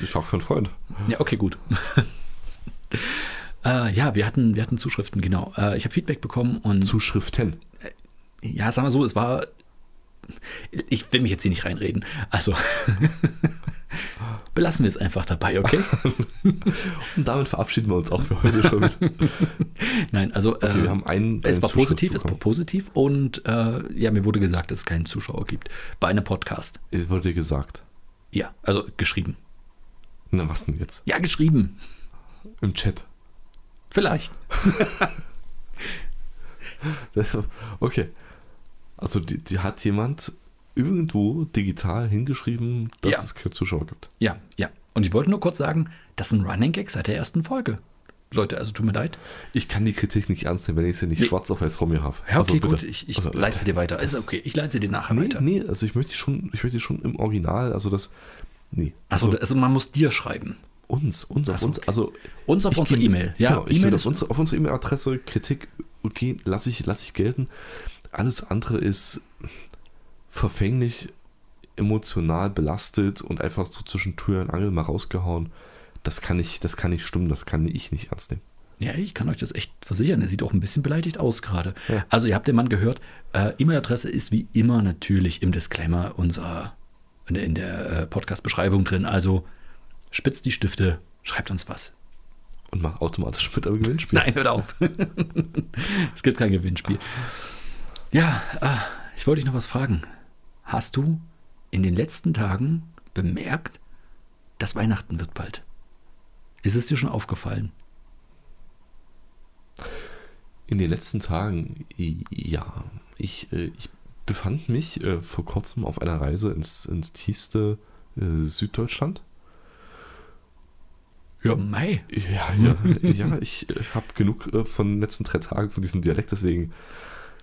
B: Ich frage für einen Freund.
A: Ja, okay, gut. äh, ja, wir hatten, wir hatten Zuschriften, genau. Äh, ich habe Feedback bekommen und
B: Zuschriften.
A: ja, sagen wir so, es war. Ich will mich jetzt hier nicht reinreden. Also belassen wir es einfach dabei, okay?
B: Und damit verabschieden wir uns auch für heute schon. Okay,
A: Nein, also äh,
B: wir haben einen.
A: es
B: eine
A: war
B: Zuschrift
A: positiv, es war
B: bekommen.
A: positiv und äh, ja, mir wurde gesagt, dass es keinen Zuschauer gibt bei einem Podcast.
B: Es wurde dir gesagt.
A: Ja, also geschrieben.
B: Na, was denn jetzt?
A: Ja, geschrieben.
B: Im Chat.
A: Vielleicht.
B: Okay. Also, die, die hat jemand irgendwo digital hingeschrieben, dass
A: Ja.
B: es keine Zuschauer gibt.
A: Ja, ja. Und ich wollte nur kurz sagen, das sind Running Gags seit der ersten Folge. Leute, also tut mir leid.
B: Ich kann die Kritik nicht ernst nehmen, wenn ich sie nicht
A: Nee.
B: schwarz auf weiß vor mir habe.
A: Ja, okay,
B: also, bitte.
A: gut, ich, ich
B: Also,
A: leite dir weiter. Ist okay, ich leite dir nachher
B: Nee,
A: weiter.
B: nee, also ich möchte die schon, ich möchte die schon im Original, also das, nee,
A: Also, also man muss dir schreiben.
B: uns, uns auf
A: so,
B: uns,
A: okay.
B: also
A: Uns auf
B: ich
A: unsere
B: gebe-
A: E-Mail. Ja,
B: genau, ich
A: E-Mail
B: will
A: ist-
B: auf unsere, auf unsere E-Mail-Adresse Kritik, okay, lasse ich, lass ich gelten. Alles andere ist verfänglich, emotional belastet und einfach so zwischen Tür und Angel mal rausgehauen. Das kann ich, das kann nicht stimmen, das kann ich nicht ernst nehmen.
A: Ja, ich kann euch das echt versichern. Er sieht auch ein bisschen beleidigt aus gerade.
B: Ja.
A: Also ihr habt den Mann gehört. Äh, E-Mail-Adresse ist wie immer natürlich im Disclaimer unserer in der, in der äh, Podcast-Beschreibung drin. Also spitzt die Stifte, schreibt uns was.
B: Und mach automatisch mit einem Gewinnspiel.
A: Nein, hört auf. es gibt kein Gewinnspiel. Ja, ah, ich wollte dich noch was fragen. Hast du in den letzten Tagen bemerkt, dass Weihnachten wird bald? Ist es dir schon aufgefallen?
B: In den letzten Tagen, i- ja. Ich, äh, ich befand mich äh, vor kurzem auf einer Reise ins, ins tiefste äh, Süddeutschland.
A: Ja, Mai.
B: Ja, ja, ja, ich äh, habe genug äh, von den letzten drei Tagen von diesem Dialekt, deswegen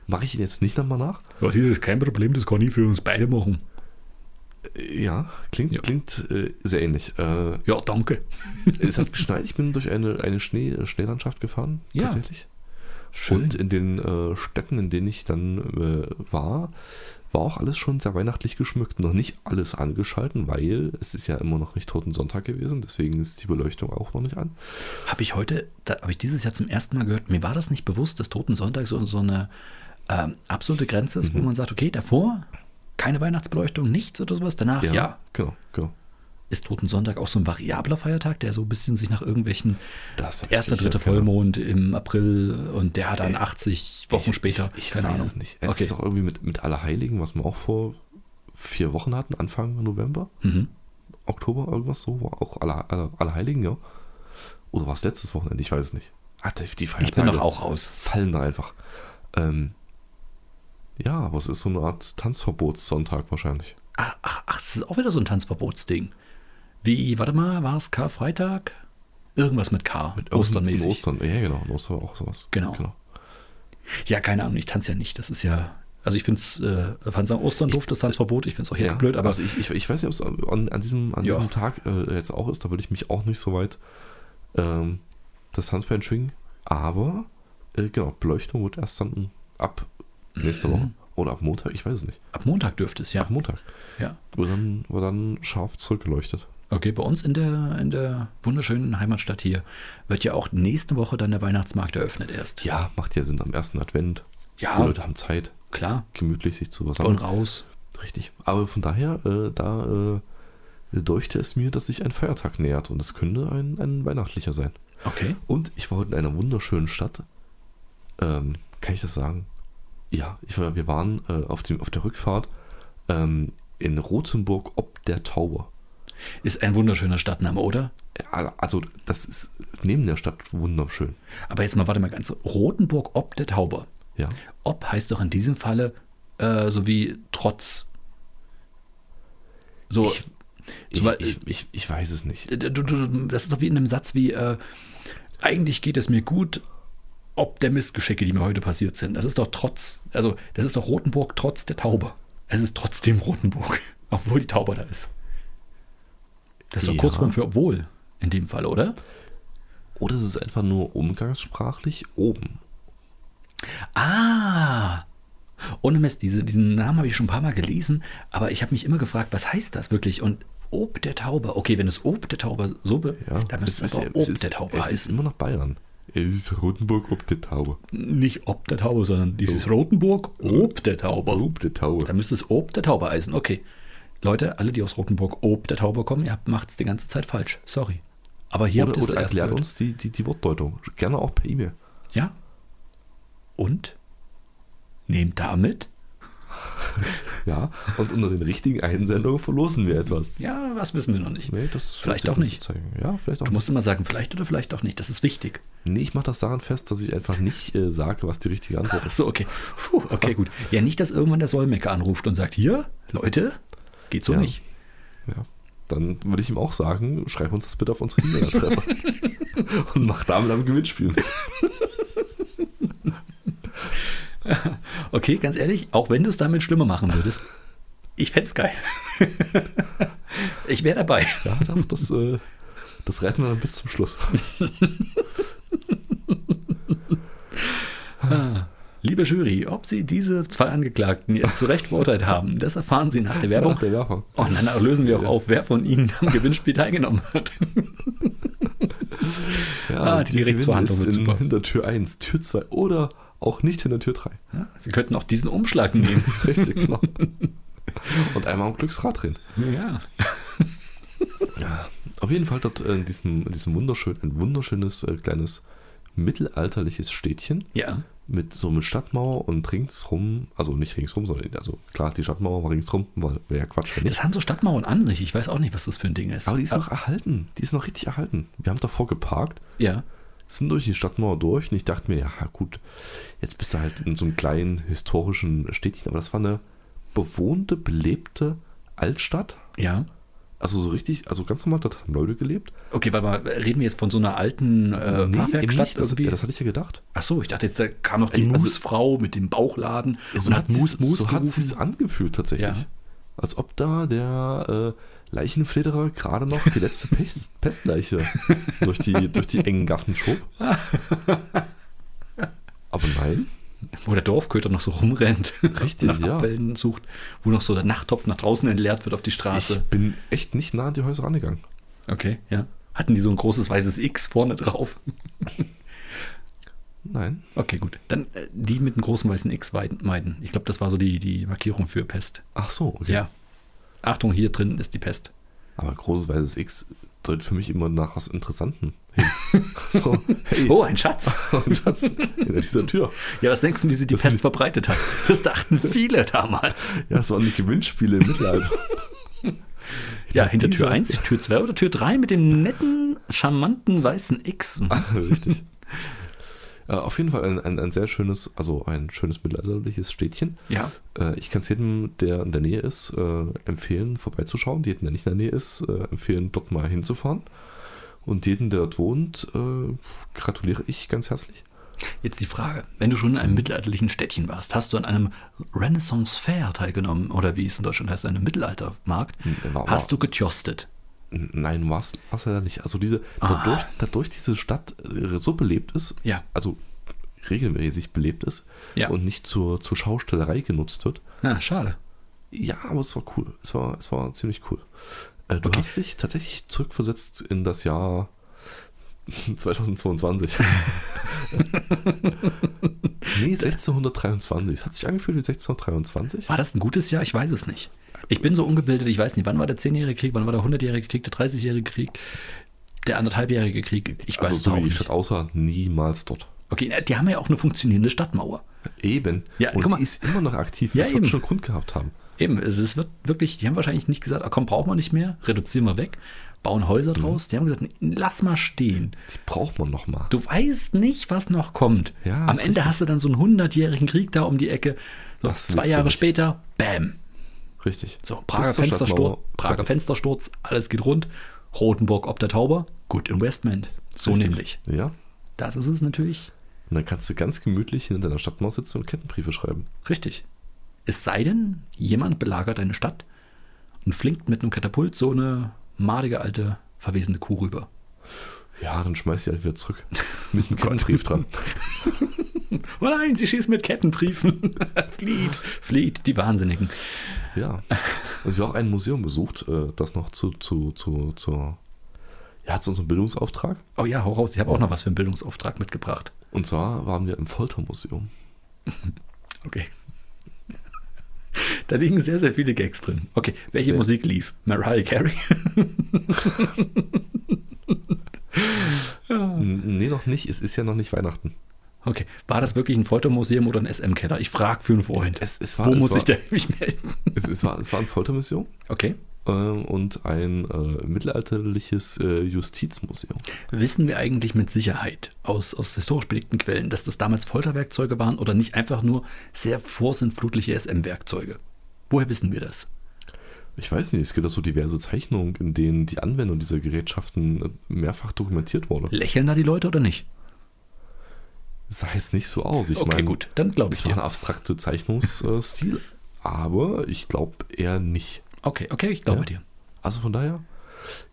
B: mache ich ihn jetzt nicht nochmal nach.
A: Ja, das ist kein Problem, das kann ich für uns beide machen.
B: Äh, Ja, klingt,
A: Ja.
B: klingt äh, sehr ähnlich. Äh,
A: Ja, danke.
B: es hat geschneit, ich bin durch eine, eine Schnee, äh, Schneelandschaft gefahren,
A: Ja.
B: tatsächlich. Und in den äh, Städten, in denen ich dann äh, war, war auch alles schon sehr weihnachtlich geschmückt. Noch nicht alles angeschalten, weil es ist ja immer noch nicht Toten Sonntag gewesen, deswegen ist die Beleuchtung auch noch nicht an.
A: Habe ich heute, da habe ich dieses Jahr zum ersten Mal gehört, mir war das nicht bewusst, dass Totensonntag so, so eine ähm, absolute Mhm. Grenze ist, wo man sagt, okay, davor keine Weihnachtsbeleuchtung, nichts oder sowas, danach ja.
B: genau, genau.
A: ist Totensonntag auch so ein variabler Feiertag, der so ein bisschen sich nach irgendwelchen
B: Das hab ich
A: erster,
B: nicht
A: dritter
B: erkannt.
A: Vollmond im April und der dann 80 Wochen
B: Ich-
A: später.
B: Ich, ich
A: keine
B: weiß
A: Ahnung.
B: es nicht. Es
A: okay.
B: ist auch irgendwie mit, mit Allerheiligen, was wir auch vor vier Wochen hatten, Anfang November,
A: mhm.
B: Oktober, irgendwas so, war auch Aller, Aller, Allerheiligen, ja. Oder war es letztes Wochenende? Ich weiß es nicht. Ah, die die Feiertage
A: Ich bin doch auch aus.
B: fallen da einfach. Ähm, ja, aber es ist so eine Art Tanzverbotssonntag wahrscheinlich.
A: Ach, ach, ach, das ist auch wieder so ein Tanzverbotsding. Wie, warte mal, war es Karfreitag? Irgendwas mit K. Mit
B: In
A: Osternmäßig.
B: Ostern, ja genau, in Ostern war auch sowas.
A: Genau. Ja, keine Ahnung, ich tanze ja nicht. Das ist ja. Also ich finde es, äh, fand am Ostern doof, das Tanzverbot. Ich finde es auch jetzt
B: ja,
A: blöd, aber
B: also ich, ich, ich weiß nicht, ob es an, an, diesem, an
A: Ja.
B: diesem Tag äh, jetzt auch ist, da würde ich mich auch nicht so weit ähm, das Handbein schwingen. Aber, äh, genau, Beleuchtung wird erst dann ab nächste Woche
A: Mhm.
B: oder ab Montag, ich weiß es nicht.
A: ab Montag dürfte es, ja.
B: Ab Montag.
A: ja.
B: Wird dann, wird dann scharf zurückgeleuchtet.
A: Okay, bei uns in der, in der wunderschönen Heimatstadt hier wird ja auch nächste Woche dann der Weihnachtsmarkt eröffnet erst.
B: Ja, macht ja Sinn am ersten Advent.
A: Ja.
B: Die Leute haben Zeit,
A: Klar,
B: gemütlich sich zu was
A: Ah. und raus.
B: Richtig. Aber von daher, äh, da äh, deuchte es mir, dass sich ein Feiertag nähert und es könnte ein, ein weihnachtlicher sein.
A: Okay.
B: Und ich war heute in einer wunderschönen Stadt. Ähm, kann ich das sagen? Ja, ich war, wir waren äh, auf, dem, auf der Rückfahrt ähm, in Rothenburg ob der Tauber.
A: Ist ein wunderschöner Stadtname, oder?
B: Also, das ist neben der Stadt wunderschön.
A: Aber jetzt mal, warte mal ganz. Rotenburg ob der Tauber.
B: Ja.
A: Ob heißt doch in diesem Falle äh, so wie trotz. So,
B: Ich- Ich,
A: Zumal-
B: ich, ich, ich weiß es nicht.
A: äh, du, du, du- das ist doch wie in einem Satz wie: äh, Eigentlich geht es mir gut, ob der Missgeschicke, die mir heute passiert sind. Das ist doch trotz, also das ist doch Rotenburg trotz der Taube. Es ist trotzdem Rotenburg, obwohl die Taube da ist. Das ist doch
B: Ja.
A: Kurzform für obwohl in dem Fall, oder?
B: Oder es ist einfach nur umgangssprachlich oben.
A: Ah! Ohne Mist, diese, diesen Namen habe ich schon ein paar Mal gelesen, aber ich habe mich immer gefragt, was heißt das wirklich? Und Ob der Taube, okay, wenn es Ob der Taube so be,
B: Ja.
A: dann müsste es,
B: ist-
A: aber Ob
B: ist,
A: der Taube
B: Es ist
A: heißen.
B: immer noch Bayern. Es ist Rotenburg ob der Taube.
A: Nicht Ob der Taube, sondern dieses Rotenburg, Ob der Taube.
B: Ob der Taube.
A: Dann müsste es Ob der Taube heißen, okay. Leute, alle, die aus Rotenburg Ob der Taube kommen, ihr macht es die ganze Zeit falsch. Sorry. Aber hier
B: Oder,
A: habt ihr es
B: oder
A: zuerst
B: erklärt
A: gehört.
B: uns die, die, die Wortdeutung. Gerne auch per E-Mail.
A: Ja. Und? Nehmt damit?
B: Ja, und unter den richtigen Einsendungen verlosen wir etwas.
A: Ja, was wissen wir noch nicht.
B: Nee, das
A: Vielleicht
B: wird sich
A: auch nicht.
B: zu Zeigen. Ja, vielleicht auch
A: Du
B: nicht.
A: musst immer sagen, vielleicht oder vielleicht auch nicht. Das ist wichtig.
B: Nee, ich mache das daran fest, dass ich einfach nicht äh, sage, was die richtige Antwort
A: Ach
B: ist.
A: so, okay. Puh, okay, gut. Ja, nicht, dass irgendwann der Solmecke anruft und sagt, hier, Leute, geht so
B: Ja.
A: nicht.
B: Ja. Dann würde ich ihm auch sagen, schreib uns das bitte auf unsere E-Mail-Adresse. und mach damit am Gewinnspiel mit.
A: Okay, ganz ehrlich, auch wenn du es damit schlimmer machen würdest, ich fänd's geil. ich wäre dabei.
B: Ja, doch, das, äh, das retten wir dann bis zum Schluss.
A: Liebe Jury, ob Sie diese zwei Angeklagten jetzt zu Recht verurteilt haben, das erfahren Sie nach der Werbung.
B: Nach der Werfer.
A: Und danach lösen wir auch auf, wer von Ihnen am Gewinnspiel teilgenommen hat.
B: Ja,
A: Ah,
B: und
A: die Gerichtsverhandlung
B: Gewinn
A: wird
B: ist in,
A: super.
B: hinter Tür 1, Tür 2 oder auch nicht hinter Tür 3.
A: Ja, Sie könnten auch diesen Umschlag nehmen.
B: Richtig, genau. Und einmal am Glücksrad drehen.
A: ja.
B: Auf jeden Fall dort äh, in diesem, in diesem wunderschön, ein wunderschönes äh, kleines mittelalterliches Städtchen
A: Ja.
B: mit so einer Stadtmauer und ringsrum, also nicht ringsrum, sondern also klar, die Stadtmauer war ringsrum, weil wäre ja Quatsch, wenn nicht.
A: Das haben so Stadtmauern an sich. Ich weiß auch nicht, was das für ein Ding ist. Ah,
B: Aber die ist noch erhalten, die ist noch richtig erhalten. Wir haben davor geparkt,
A: ja.
B: sind durch die Stadtmauer durch und ich dachte mir, ja gut, jetzt bist du halt in so einem kleinen historischen Städtchen, aber das war eine bewohnte, belebte Altstadt.
A: Ja.
B: Also so richtig, also ganz normal, dort haben Leute gelebt.
A: Okay, warte mal, reden wir jetzt von so einer alten äh,
B: eben
A: Fachwerkstatt
B: nicht, das,
A: irgendwie?
B: ja, das hatte ich ja gedacht.
A: Ach so, ich dachte jetzt, da kam noch die
B: Äh, also-
A: Musfrau mit dem Bauchladen
B: So hat
A: Mus-
B: sie's,
A: Mus
B: so hat
A: gerufen.
B: es angefühlt tatsächlich.
A: Ja.
B: Als ob da der äh, Leichenflederer gerade noch die letzte Pest, Pestleiche durch die, durch die engen Gassen schob. Aber nein,
A: Wo der Dorfköter noch so rumrennt.
B: Richtig,
A: nach
B: ja.
A: Abfällen sucht, wo noch so der Nachttopf nach draußen entleert wird auf die
B: ich
A: Straße.
B: bin echt nicht nah an die Häuser rangegangen.
A: Okay, ja. Hatten die so ein großes weißes X vorne drauf?
B: Nein.
A: Okay, gut. Dann äh, die mit dem großen weißen X weiden- meiden. Ich glaube, das war so die, die Markierung für Pest.
B: Ach so, okay.
A: Ja. Achtung, hier drin ist die Pest.
B: Aber ein großes weißes X deutet für mich immer nach was Interessantem hin. so, hey,
A: Oh, ein Schatz.
B: und das hinter dieser Tür.
A: Ja, was denkst du, wie sie die
B: Das
A: Pest
B: sind-
A: verbreitet hat? Das dachten viele damals.
B: Ja, das waren die Gewinnspiele im Mittelalter.
A: Ja, hinter Tür
B: dieser-
A: 1, Tür 2 oder Tür 3 mit dem netten, charmanten weißen X.
B: Mhm. Richtig. Äh, auf jeden Fall ein, ein, ein sehr schönes, also ein schönes mittelalterliches Städtchen.
A: Ja.
B: Äh, ich kann es jedem, der in der Nähe ist, äh, empfehlen, vorbeizuschauen. Jeden, der nicht in der Nähe ist, äh, empfehlen, dort mal hinzufahren. Und jeden, der dort wohnt, äh, gratuliere ich ganz herzlich.
A: Jetzt die Frage, wenn du schon in einem mittelalterlichen Städtchen warst, hast du an einem Renaissance Fair teilgenommen oder wie es in Deutschland heißt, einem Mittelaltermarkt,
B: Hm, war-
A: hast du getjostet.
B: N- Nein, war es leider nicht. Also diese,
A: Ah.
B: dadurch, dadurch diese Stadt äh, so belebt ist,
A: Ja.
B: also regelmäßig belebt ist
A: Ja.
B: und nicht zur, zur Schaustellerei genutzt wird,
A: Na, Ah, schade.
B: Ja, aber es war cool. Es war, es war ziemlich cool. Äh, du
A: Okay.
B: hast dich tatsächlich zurückversetzt in das Jahr 2022. nee, 1623. Es hat sich angefühlt wie 1623.
A: War das ein gutes Jahr? Ich weiß es nicht. Ich bin so ungebildet, ich weiß nicht, wann war der 10-jährige Krieg, wann war der 100-jährige Krieg, der 30-jährige Krieg, der anderthalbjährige Krieg. Ich weiß
B: also
A: es
B: so
A: auch
B: wie die
A: nicht.
B: Stadt außer niemals dort.
A: Okay, na, die haben ja auch eine funktionierende Stadtmauer.
B: Eben.
A: Ja,
B: Und
A: guck mal.
B: die ist immer noch aktiv.
A: Ja,
B: das wird
A: eben.
B: schon Grund gehabt haben.
A: Eben, es ist wird wirklich, die haben wahrscheinlich nicht gesagt, ah, komm, brauchen wir nicht mehr, reduzieren wir weg, bauen Häuser
B: Mhm.
A: draus. Die haben gesagt, nee, lass mal stehen.
B: Die braucht man nochmal.
A: Du weißt nicht, was noch kommt.
B: Ja,
A: Am
B: ist
A: Ende hast du dann so einen hundertjährigen Krieg da um die Ecke. So,
B: Das
A: zwei
B: willst du
A: Jahre
B: nicht.
A: später, bam.
B: Richtig.
A: So, Prager
B: Bis zur
A: Fenstersturz,
B: Stadtmauer.
A: Prager
B: Fertig.
A: Fenstersturz, alles geht rund. Rotenburg ob der Tauber, good investment. So
B: Richtig.
A: nämlich.
B: Ja.
A: Das ist es natürlich.
B: Und dann kannst du ganz gemütlich hinter deiner Stadtmauer sitzen und Kettenbriefe schreiben.
A: Richtig. Es sei denn, jemand belagert eine Stadt und flinkt mit einem Katapult so eine madige alte verwesende Kuh rüber.
B: Ja, dann schmeiß ich halt wieder zurück. Mit einem Kettenbrief dran.
A: Oh nein, sie schießt mit Kettenbriefen. flieht, flieht, die Wahnsinnigen.
B: Ja. Und ich habe auch ein Museum besucht, äh, das noch zu, zu, zu, zur, ja, zu unserem Bildungsauftrag.
A: Oh ja, hau raus, ich habe auch noch was für einen Bildungsauftrag mitgebracht.
B: Und zwar waren wir im Foltermuseum.
A: Okay. Da liegen sehr, sehr viele Gags drin. Okay, welche
B: Ja.
A: Musik lief? Mariah Carey? Hm.
B: N- Nee, noch nicht. Es ist ja noch nicht Weihnachten.
A: Okay, war das wirklich ein Foltermuseum oder ein SM-Keller? Ich frage für einen Freund.
B: Es- es war-
A: Wo
B: es
A: muss
B: war-
A: ich da mich melden?
B: Es, es, war, es war ein Foltermuseum
A: Okay.
B: ähm, und ein äh, mittelalterliches äh, Justizmuseum.
A: Wissen wir eigentlich mit Sicherheit aus, aus historisch belegten Quellen, dass das damals Folterwerkzeuge waren oder nicht einfach nur sehr vorsintflutliche SM-Werkzeuge? Woher wissen wir das?
B: Ich weiß nicht, es gibt auch so diverse Zeichnungen, in denen die Anwendung dieser Gerätschaften äh, mehrfach dokumentiert wurde.
A: Lächeln da die Leute oder nicht?
B: Sah jetzt nicht so aus. Ich
A: okay,
B: meine,
A: gut, dann glaube ich
B: Es war ein
A: dir.
B: abstrakter Zeichnungsstil, aber ich glaube eher nicht.
A: Okay, okay, ich glaube
B: Ja.
A: dir.
B: Also von daher,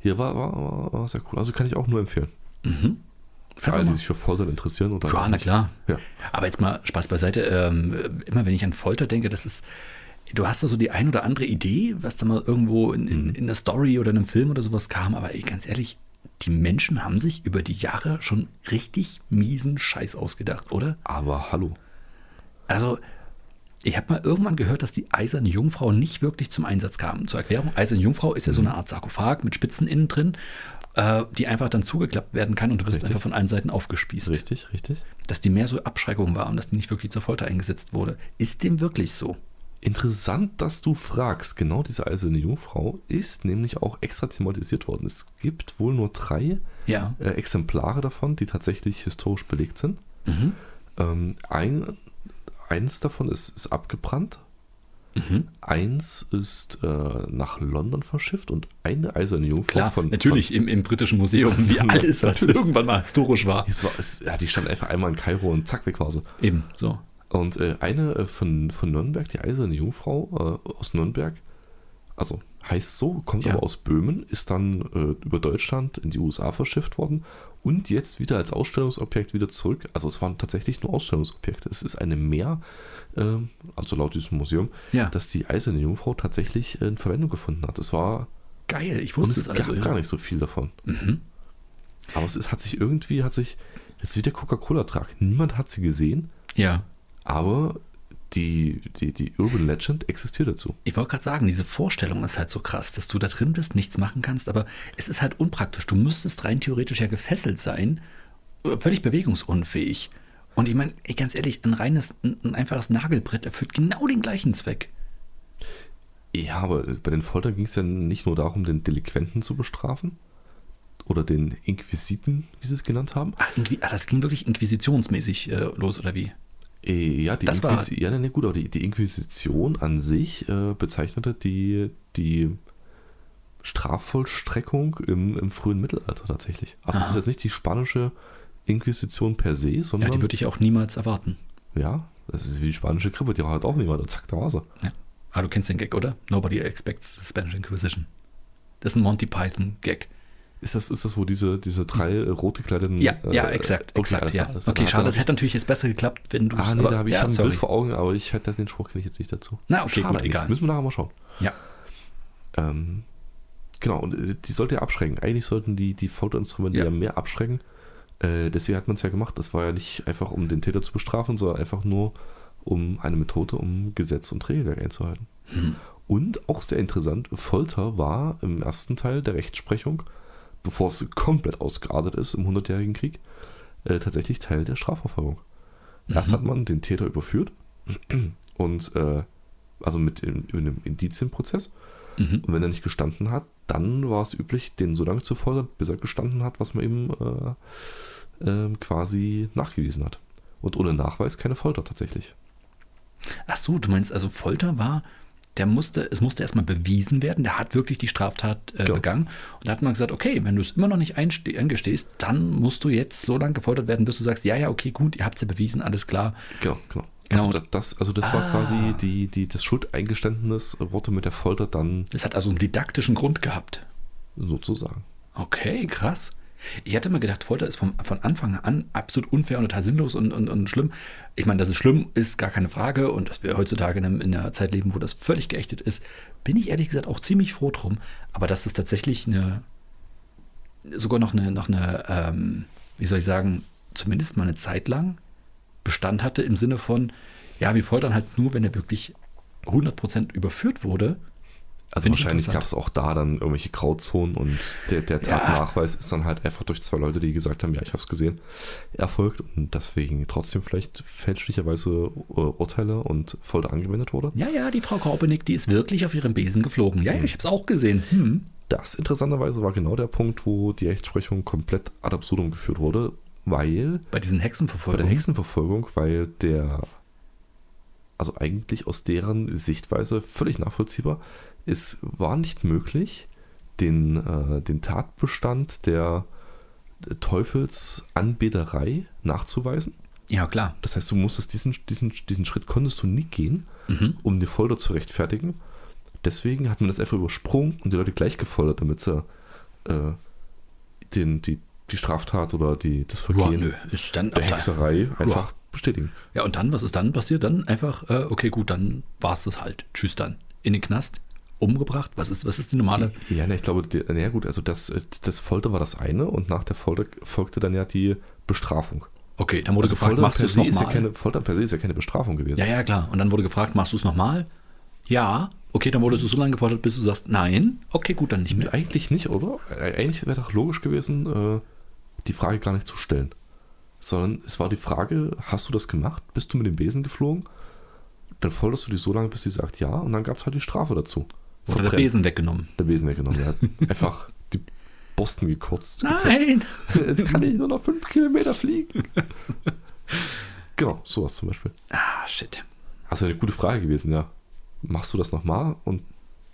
B: hier war, war, war, war sehr cool. Also kann ich auch nur empfehlen. Für
A: Einfach
B: alle, die
A: Mhm. mal.
B: sich für Foltern interessieren oder.
A: Ja, na klar.
B: Ja.
A: Aber jetzt mal Spaß beiseite. Ähm, immer wenn ich an Folter denke, das ist. Du hast da so die ein oder andere Idee, was da mal irgendwo in,
B: Mhm.
A: in, in der Story oder in einem Film oder sowas kam. Aber ey, ganz ehrlich, die Menschen haben sich über die Jahre schon richtig miesen Scheiß ausgedacht, oder?
B: Aber hallo.
A: Also, ich habe mal irgendwann gehört, dass die eiserne Jungfrau nicht wirklich zum Einsatz kam. Zur Erklärung, eiserne Jungfrau ist ja so
B: Mhm.
A: eine Art Sarkophag mit Spitzen innen drin, äh, die einfach dann zugeklappt werden kann und du wirst
B: Richtig.
A: einfach von allen Seiten aufgespießt.
B: Richtig, richtig.
A: Dass die mehr so Abschreckung war und dass die nicht wirklich zur Folter eingesetzt wurde. Ist dem wirklich so?
B: Interessant, dass du fragst. Genau diese eiserne Jungfrau ist nämlich auch extra thematisiert worden. Es gibt wohl nur drei
A: Ja.
B: äh, Exemplare davon, die tatsächlich historisch belegt sind.
A: Mhm.
B: Ähm, ein, eins davon ist, ist abgebrannt.
A: Mhm.
B: Eins ist äh, nach London verschifft und eine eiserne Jungfrau
A: Klar,
B: von.
A: natürlich
B: Von,
A: im, im britischen Museum, wie alles, was
B: Natürlich.
A: irgendwann mal historisch war.
B: es war, es, ja, die stand einfach einmal in Kairo und zack, weg war sie.
A: Eben, so.
B: Und äh, eine äh, von, von Nürnberg, die eiserne Jungfrau äh, aus Nürnberg, also heißt so, kommt
A: Ja.
B: aber aus Böhmen, ist dann äh, über Deutschland in die USA verschifft worden und jetzt wieder als Ausstellungsobjekt wieder zurück. Also es waren tatsächlich nur Ausstellungsobjekte. Es ist eine Mehr, ähm, also laut diesem Museum,
A: Ja.
B: dass die eiserne Jungfrau tatsächlich äh, in Verwendung gefunden hat. Es war
A: Geil, ich
B: und
A: wusste
B: es
A: es also.
B: gab
A: ja. Mhm.
B: gar nicht so viel davon. Aber es ist, hat sich irgendwie, hat sich, das ist wie der Coca-Cola-Trag. Niemand hat sie gesehen.
A: ja.
B: Aber die, die, die Urban Legend existiert dazu.
A: Ich wollte gerade sagen, diese Vorstellung ist halt so krass, dass du da drin bist, nichts machen kannst, aber es ist halt unpraktisch. Du müsstest rein theoretisch ja gefesselt sein, äh, völlig bewegungsunfähig. Und ich meine, ey, ganz ehrlich, ein reines, ein ein einfaches Nagelbrett erfüllt genau den gleichen Zweck.
B: Ja, aber bei den Foltern ging es ja nicht nur darum, den Delinquenten zu bestrafen oder den Inquisiten, wie sie es genannt haben.
A: Ach, Inqui ah, das ging wirklich inquisitionsmäßig äh, los, oder wie?
B: Äh, Ja, die,
A: Das war-
B: Inquisi- ja nee, nee, gut, aber die, die Inquisition an sich äh, bezeichnete die, die Strafvollstreckung im, im frühen Mittelalter tatsächlich. Also
A: Aha.
B: das ist jetzt nicht die spanische Inquisition per se,
A: Ja,
B: sondern
A: die würde ich auch niemals erwarten.
B: Ja, das ist wie die spanische Grippe, die hat auch niemand und zack, da war sie.
A: Ja. Ah, du kennst den Gag, oder? Nobody expects the Spanish Inquisition. Das ist ein Monty Python-Gag.
B: Ist das, ist das, wo diese, diese drei äh, rot gekleideten.
A: Ja, ja,
B: äh,
A: exakt.
B: okay,
A: exakt
B: alles
A: ja.
B: klar, alles klar.
A: okay,
B: Da
A: schade,
B: hat er-
A: das hätte natürlich jetzt besser geklappt, wenn du
B: Ah, nee, da habe ich
A: ja,
B: schon ein
A: sorry.
B: Bild vor Augen, aber ich hätte den Spruch kenne ich jetzt nicht dazu.
A: Na, okay,
B: Schade
A: gut,
B: eigentlich.
A: egal.
B: Müssen wir nachher mal schauen.
A: Ja.
B: Ähm, genau, und äh, die sollte ja abschrecken. Eigentlich sollten die, die Folterinstrumente ja.
A: Ja.
B: mehr abschrecken. Äh, deswegen hat man es ja gemacht. Das war ja nicht einfach, um den Täter zu bestrafen, sondern einfach nur um eine Methode, um Gesetz und Regelwerk einzuhalten. Und auch sehr interessant, Folter war im ersten Teil der Rechtsprechung, bevor es komplett ausgeartet ist im Hundertjährigen Krieg, äh, tatsächlich Teil der Strafverfolgung. Erst hat man den Täter überführt und äh, also mit dem, über dem Indizienprozess.
A: Mhm.
B: Und wenn er nicht gestanden hat, dann war es üblich, den so lange zu foltern, bis er gestanden hat, was man ihm äh, ähm, quasi nachgewiesen hat. Und ohne Nachweis keine Folter tatsächlich.
A: Ach so, du meinst also Folter war, der musste, es musste erstmal bewiesen werden, der hat wirklich die Straftat äh,
B: Genau.
A: begangen. Und da hat man gesagt, okay, wenn du es immer noch nicht einste- eingestehst, dann musst du jetzt so lange gefoltert werden, bis du sagst, ja, ja, okay, gut, ihr habt es ja bewiesen, alles klar.
B: Genau, genau.
A: Genau.
B: Also da- das, also das war quasi die, die, das Schuldeingeständnis wurde mit der Folter dann
A: Es hat also einen didaktischen Grund gehabt.
B: sozusagen.
A: Okay, krass. Ich hatte immer gedacht, Folter ist vom, von Anfang an absolut unfair und total sinnlos und, und, und schlimm. Ich meine, dass es schlimm ist, gar keine Frage. Und dass wir heutzutage in, einem, in einer Zeit leben, wo das völlig geächtet ist, bin ich ehrlich gesagt auch ziemlich froh drum. Aber dass das tatsächlich eine, sogar noch eine, noch eine ähm, wie soll ich sagen, zumindest mal eine Zeit lang Bestand hatte im Sinne von, ja, wir foltern halt nur, wenn er wirklich 100% überführt wurde.
B: Also
A: Finde ich
B: wahrscheinlich
A: interessant.
B: gab es auch da dann irgendwelche Grauzonen und der, der
A: Ja.
B: Tatnachweis ist dann halt einfach durch zwei Leute, die gesagt haben, ja, ich habe es gesehen, erfolgt und deswegen trotzdem vielleicht fälschlicherweise äh, Urteile und Folter angewendet wurde.
A: Ja, ja, die Frau Korbenick, die ist wirklich auf ihrem Besen geflogen. Ja, ja, ich habe es auch gesehen. Hm.
B: Das interessanterweise war genau der Punkt, wo die Rechtsprechung komplett ad absurdum geführt wurde, weil
A: Bei diesen
B: bei der
A: Hexenverfolgungen.
B: Hexenverfolgung, weil der, also eigentlich aus deren Sichtweise völlig nachvollziehbar, es war nicht möglich, den, äh, den Tatbestand der Teufelsanbeterei nachzuweisen.
A: ja, klar.
B: Das heißt, du musstest diesen, diesen, diesen Schritt konntest du nie gehen, um die Folter zu rechtfertigen. Deswegen hat man das einfach übersprungen und die Leute gleich gefoltert, damit sie äh, den, die, die Straftat oder die, das
A: Ja,
B: Vergehen
A: nö. Ist dann,
B: der Hexerei einfach bestätigen.
A: ja, und dann, was ist dann passiert? Dann einfach, äh, okay, gut, dann war es das halt. Tschüss dann. In den Knast, umgebracht. Was ist, was ist die normale?
B: Ja, ne, ich glaube, die, na ja gut, also das, äh, das Folter war das eine und nach der Folter folgte dann ja die Bestrafung.
A: Okay, dann wurde
B: Also
A: gefragt,
B: Folter
A: machst du
B: per,
A: es
B: se ist ja
A: nochmal?
B: keine, Folter per se ist ja keine Bestrafung gewesen.
A: Ja, ja, klar. Und dann wurde gefragt, machst du es nochmal? Ja. Okay, dann wurdest du so lange gefordert, bis du sagst, nein. Okay, gut, dann nicht mehr.
B: Eigentlich nicht, oder? Äh, Eigentlich wäre doch logisch gewesen, äh, die Frage gar nicht zu stellen. Sondern es war die Frage, hast du das gemacht? Bist du mit dem Besen geflogen? Dann folterst du die so lange, bis sie sagt ja und dann gab es halt die Strafe dazu.
A: Wurde der
B: Verbrennen.
A: Besen weggenommen.
B: Der Besen weggenommen. Der hat einfach die Boston gekotzt. gekotzt.
A: Nein!
B: Jetzt kann ich nur noch fünf Kilometer fliegen. genau, sowas zum Beispiel.
A: Ah, shit.
B: Also eine gute Frage gewesen, ja. Machst du das nochmal? Und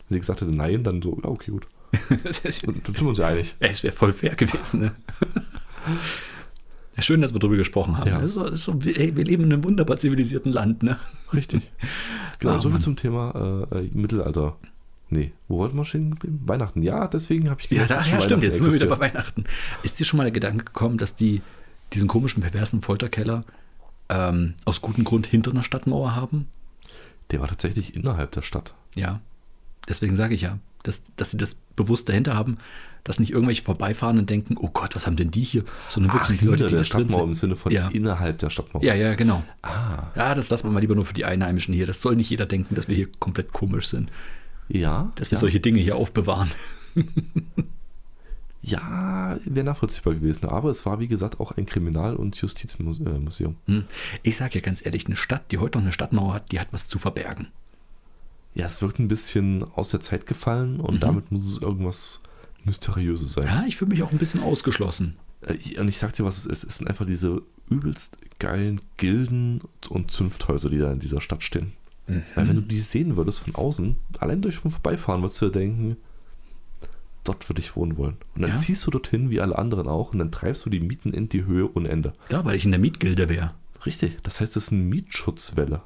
B: wenn sie gesagt hätte nein, dann so, ja, okay, gut. Und da sind wir uns ja einig.
A: Es wäre voll fair gewesen. Ne? Ja, schön, dass wir darüber gesprochen haben.
B: Ja.
A: Ja. So, so, hey, wir leben in einem wunderbar zivilisierten Land. Ne?
B: Richtig. Genau,
A: Ah,
B: so viel
A: Mann.
B: zum Thema äh, äh, Mittelalter. Nee, wo wollten wir stehen geblieben? Weihnachten. Ja, deswegen habe ich
A: Ja,
B: gesagt,
A: das
B: dass
A: ja,
B: schon
A: stimmt. Jetzt sind wir wieder bei
B: Weihnachten
A: Weihnachten. Ist dir schon mal der Gedanke gekommen, dass die diesen komischen, perversen Folterkeller ähm, aus gutem Grund hinter einer Stadtmauer haben?
B: existiert. Der war tatsächlich innerhalb der Stadt.
A: Ja. Deswegen sage ich ja, dass, dass sie das bewusst dahinter haben, dass nicht irgendwelche Vorbeifahrenden denken, oh Gott, was haben denn die hier? Sondern
B: Ach,
A: wirklich die Leute,
B: hinter
A: die
B: der
A: da drin
B: Stadtmauer
A: sind.
B: im Sinne von
A: Ja.
B: innerhalb der Stadtmauer.
A: Ja, ja, genau.
B: Ah,
A: Ja, das lassen wir mal lieber nur für die Einheimischen hier. Das soll nicht jeder denken, dass wir hier komplett komisch sind,
B: ja.
A: dass wir
B: ja.
A: solche Dinge hier aufbewahren.
B: Ja, wäre nachvollziehbar gewesen. Aber es war, wie gesagt, auch ein Kriminal- und Justizmuseum.
A: Hm. Ich sage ja ganz ehrlich, eine Stadt, die heute noch eine Stadtmauer hat, die hat was zu verbergen.
B: Ja, es wirkt ein bisschen aus der Zeit gefallen und damit muss es irgendwas Mysteriöses sein.
A: Ja, ich fühle mich auch ein bisschen ausgeschlossen.
B: Äh, ich- Und ich sag dir, was es ist. Es sind einfach diese übelst geilen Gilden und Zünfthäuser, die da in dieser Stadt stehen. Weil wenn du die sehen würdest von außen, allein durch vom Vorbeifahren, würdest du dir denken, dort würde ich wohnen wollen. Und dann
A: Ja.
B: ziehst du dorthin, wie alle anderen auch, und dann treibst du die Mieten in die Höhe ohne Ende.
A: Ja, weil ich in der Mietgilde wäre.
B: Richtig. Das heißt, das ist eine Mietschutzwelle.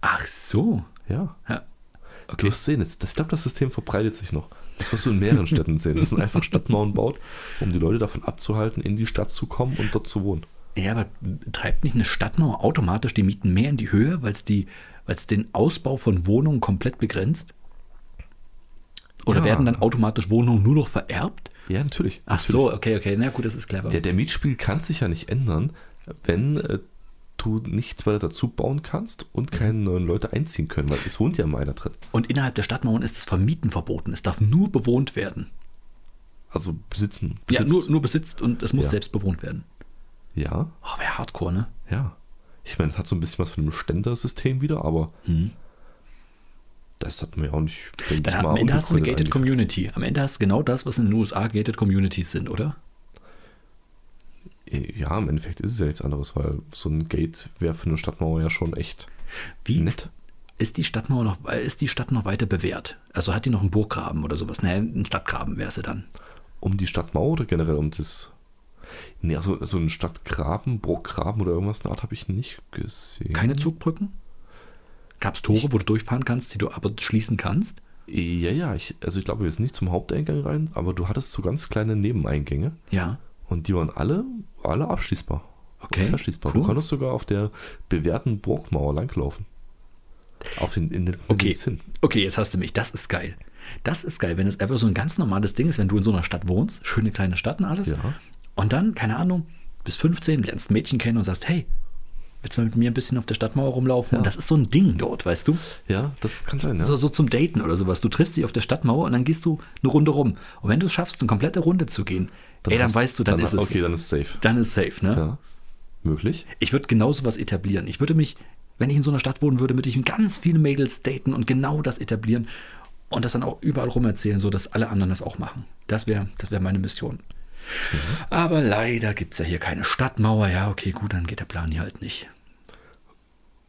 A: Ach so.
B: Ja.
A: Ja.
B: Du
A: Okay.
B: wirst sehen, jetzt, das- ich glaube, das System verbreitet sich noch. Das wirst du in mehreren Städten sehen, dass man einfach Stadtmauern baut, um die Leute davon abzuhalten, in die Stadt zu kommen und dort zu wohnen.
A: Ja, aber treibt nicht eine Stadtmauer automatisch die Mieten mehr in die Höhe, weil es die, weil's den Ausbau von Wohnungen komplett begrenzt? Oder
B: Ja.
A: werden dann automatisch Wohnungen nur noch vererbt?
B: Ja, natürlich.
A: Ach so, okay, okay. Na gut, das ist clever.
B: Der, der Mietspiegel kann sich ja nicht ändern, wenn äh, du nicht weiter dazu bauen kannst und keine
A: Mhm.
B: neuen Leute einziehen können, weil es wohnt ja immer einer drin.
A: Und innerhalb der Stadtmauern ist das Vermieten verboten. Es darf nur bewohnt werden.
B: Also besitzen.
A: Ja,
B: besitzt.
A: nur, nur besitzt und es muss
B: Ja.
A: selbst bewohnt werden.
B: ja,
A: Oh, wäre hardcore, ne?
B: ja. Ich meine, es hat so ein bisschen was von einem Ständersystem wieder, aber das hat man ja auch nicht, denke
A: Mhm. Dann hat, am Ende hast du eine
B: unbegründet
A: Gated Community. Am Ende hast du genau das, was in den USA Gated Communities sind, oder?
B: Äh, Ja, im Endeffekt ist es ja nichts anderes, weil so ein Gate wäre für eine Stadtmauer ja schon echt
A: Wie
B: nett.
A: Ist die Stadtmauer noch, ist die Stadt noch weiter bewährt? Also hat die noch einen Burggraben oder sowas? Nein, einen Stadtgraben wäre sie dann.
B: Um die Stadtmauer oder generell um das. Nee, also so einen Stadtgraben, Burggraben oder irgendwas in der Art habe ich nicht gesehen.
A: Keine Zugbrücken? Gab es Tore, wo du durchfahren kannst, die du aber schließen kannst?
B: Ja, ja, ich, also ich glaube, wir sind nicht zum Haupteingang rein, aber du hattest so ganz kleine Nebeneingänge
A: Ja.
B: und die waren alle, alle abschließbar.
A: Okay,
B: Und Verschließbar.
A: cool.
B: Du konntest sogar auf der bewährten Burgmauer langlaufen. Auf den, in den, in
A: Okay.
B: den Zinn.
A: Okay, jetzt hast du mich. Das ist geil. Das ist geil, wenn es einfach so ein ganz normales Ding ist, wenn du in so einer Stadt wohnst, schöne kleine Stadt und alles.
B: Ja.
A: Und dann, keine Ahnung, bis 15 lernst ein Mädchen kennen und sagst, hey, willst du mal mit mir ein bisschen auf der Stadtmauer rumlaufen?
B: Ja.
A: Und das ist so ein Ding dort, weißt du?
B: Ja, das kann sein, ja.
A: So, so zum Daten oder sowas. Du triffst dich auf der Stadtmauer und dann gehst du eine Runde rum. Und wenn du es schaffst, eine komplette Runde zu gehen, ey, dann
B: hast-
A: weißt du, dann, ist es.
B: Okay, dann ist safe.
A: Dann ist safe, ne?
B: Ja. Möglich?
A: Ich würde genau sowas etablieren. Ich würde mich, wenn ich in so einer Stadt wohnen würde, würde ich mit ganz vielen Mädels daten und genau das etablieren und das dann auch überall rum erzählen, sodass alle anderen das auch machen. Das wäre das wär meine Mission.
B: Mhm.
A: Aber leider gibt es ja hier keine Stadtmauer. Ja, okay, gut, dann geht der Plan hier halt nicht.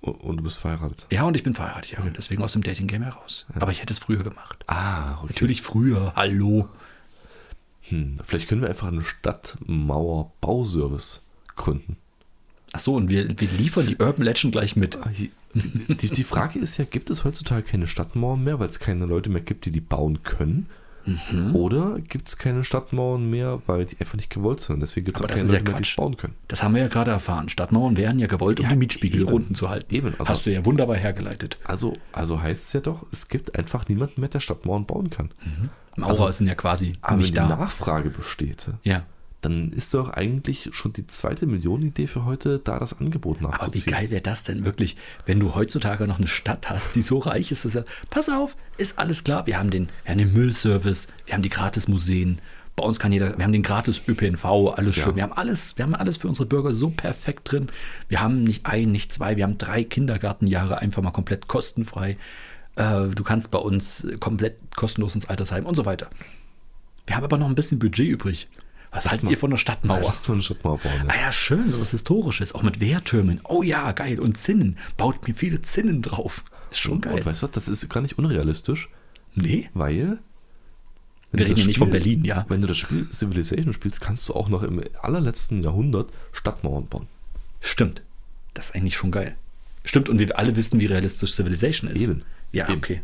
B: U- Und du bist verheiratet.
A: Ja, und ich bin verheiratet, ja. Und deswegen aus dem Dating-Game heraus. Aber ich hätte es früher gemacht.
B: Ah, okay.
A: Natürlich früher. Hallo.
B: Hm, vielleicht können wir einfach einen Stadtmauer-Bauservice gründen.
A: Ach so, und wir, wir liefern die Urban Legend gleich mit.
B: Ah, hier- Die, die Frage ist ja, gibt es heutzutage keine Stadtmauern mehr, weil es keine Leute mehr gibt, die die bauen können?
A: Mhm.
B: Oder gibt es keine Stadtmauern mehr, weil die einfach nicht gewollt sind? Deswegen gibt es auch
A: Aber
B: keine
A: das
B: Leute
A: ist ja
B: mehr, die
A: Quatsch.
B: es bauen können.
A: Das haben wir ja gerade erfahren. Stadtmauern wären ja gewollt, um
B: Ja,
A: die Mietspiegel
B: eben.
A: runden zu halten.
B: Eben, also-
A: Hast du ja wunderbar hergeleitet.
B: Also, also heißt es ja doch, es gibt einfach niemanden mehr, der Stadtmauern bauen kann.
A: Maurer sind ja quasi
B: Aber wenn
A: nicht
B: die
A: da.
B: Nachfrage besteht,
A: ja.
B: dann ist doch eigentlich schon die zweite Millionenidee für heute, da das Angebot
A: Aber wie
B: nachzuziehen.
A: geil wäre das denn wirklich, wenn du heutzutage noch eine Stadt hast, die so reich ist, dass er, pass auf, ist alles klar, wir haben den, wir haben den Müllservice, wir haben die Gratismuseen, bei uns kann jeder, wir haben den gratis ÖPNV, alles
B: Ja.
A: schön, wir haben alles, wir haben alles für unsere Bürger so perfekt drin. Wir haben nicht ein, nicht zwei, wir haben drei Kindergartenjahre einfach mal komplett kostenfrei. Äh, du kannst bei uns komplett kostenlos ins Altersheim und so weiter. Wir haben aber noch ein bisschen Budget übrig. Was haltet
B: mal-
A: ihr von der Stadtmauer?
B: Lass mal eine Stadtmauer bauen.
A: Ah
B: Ja.
A: ja, schön, sowas Historisches, auch mit Wehrtürmen. Oh ja, geil. Und Zinnen. Baut mir viele Zinnen drauf. Ist schon geil.
B: Und weißt du, was, das ist gar nicht unrealistisch,
A: nee?
B: weil. wenn
A: Wir
B: du
A: reden
B: das
A: ja nicht von Berlin, ja.
B: Wenn du das Spiel Civilization spielst, kannst du auch noch im allerletzten Jahrhundert Stadtmauern bauen.
A: Stimmt. Das ist eigentlich schon geil. Stimmt, und wir alle wissen, wie realistisch Civilization ist.
B: Eben.
A: Ja,
B: Eben.
A: okay.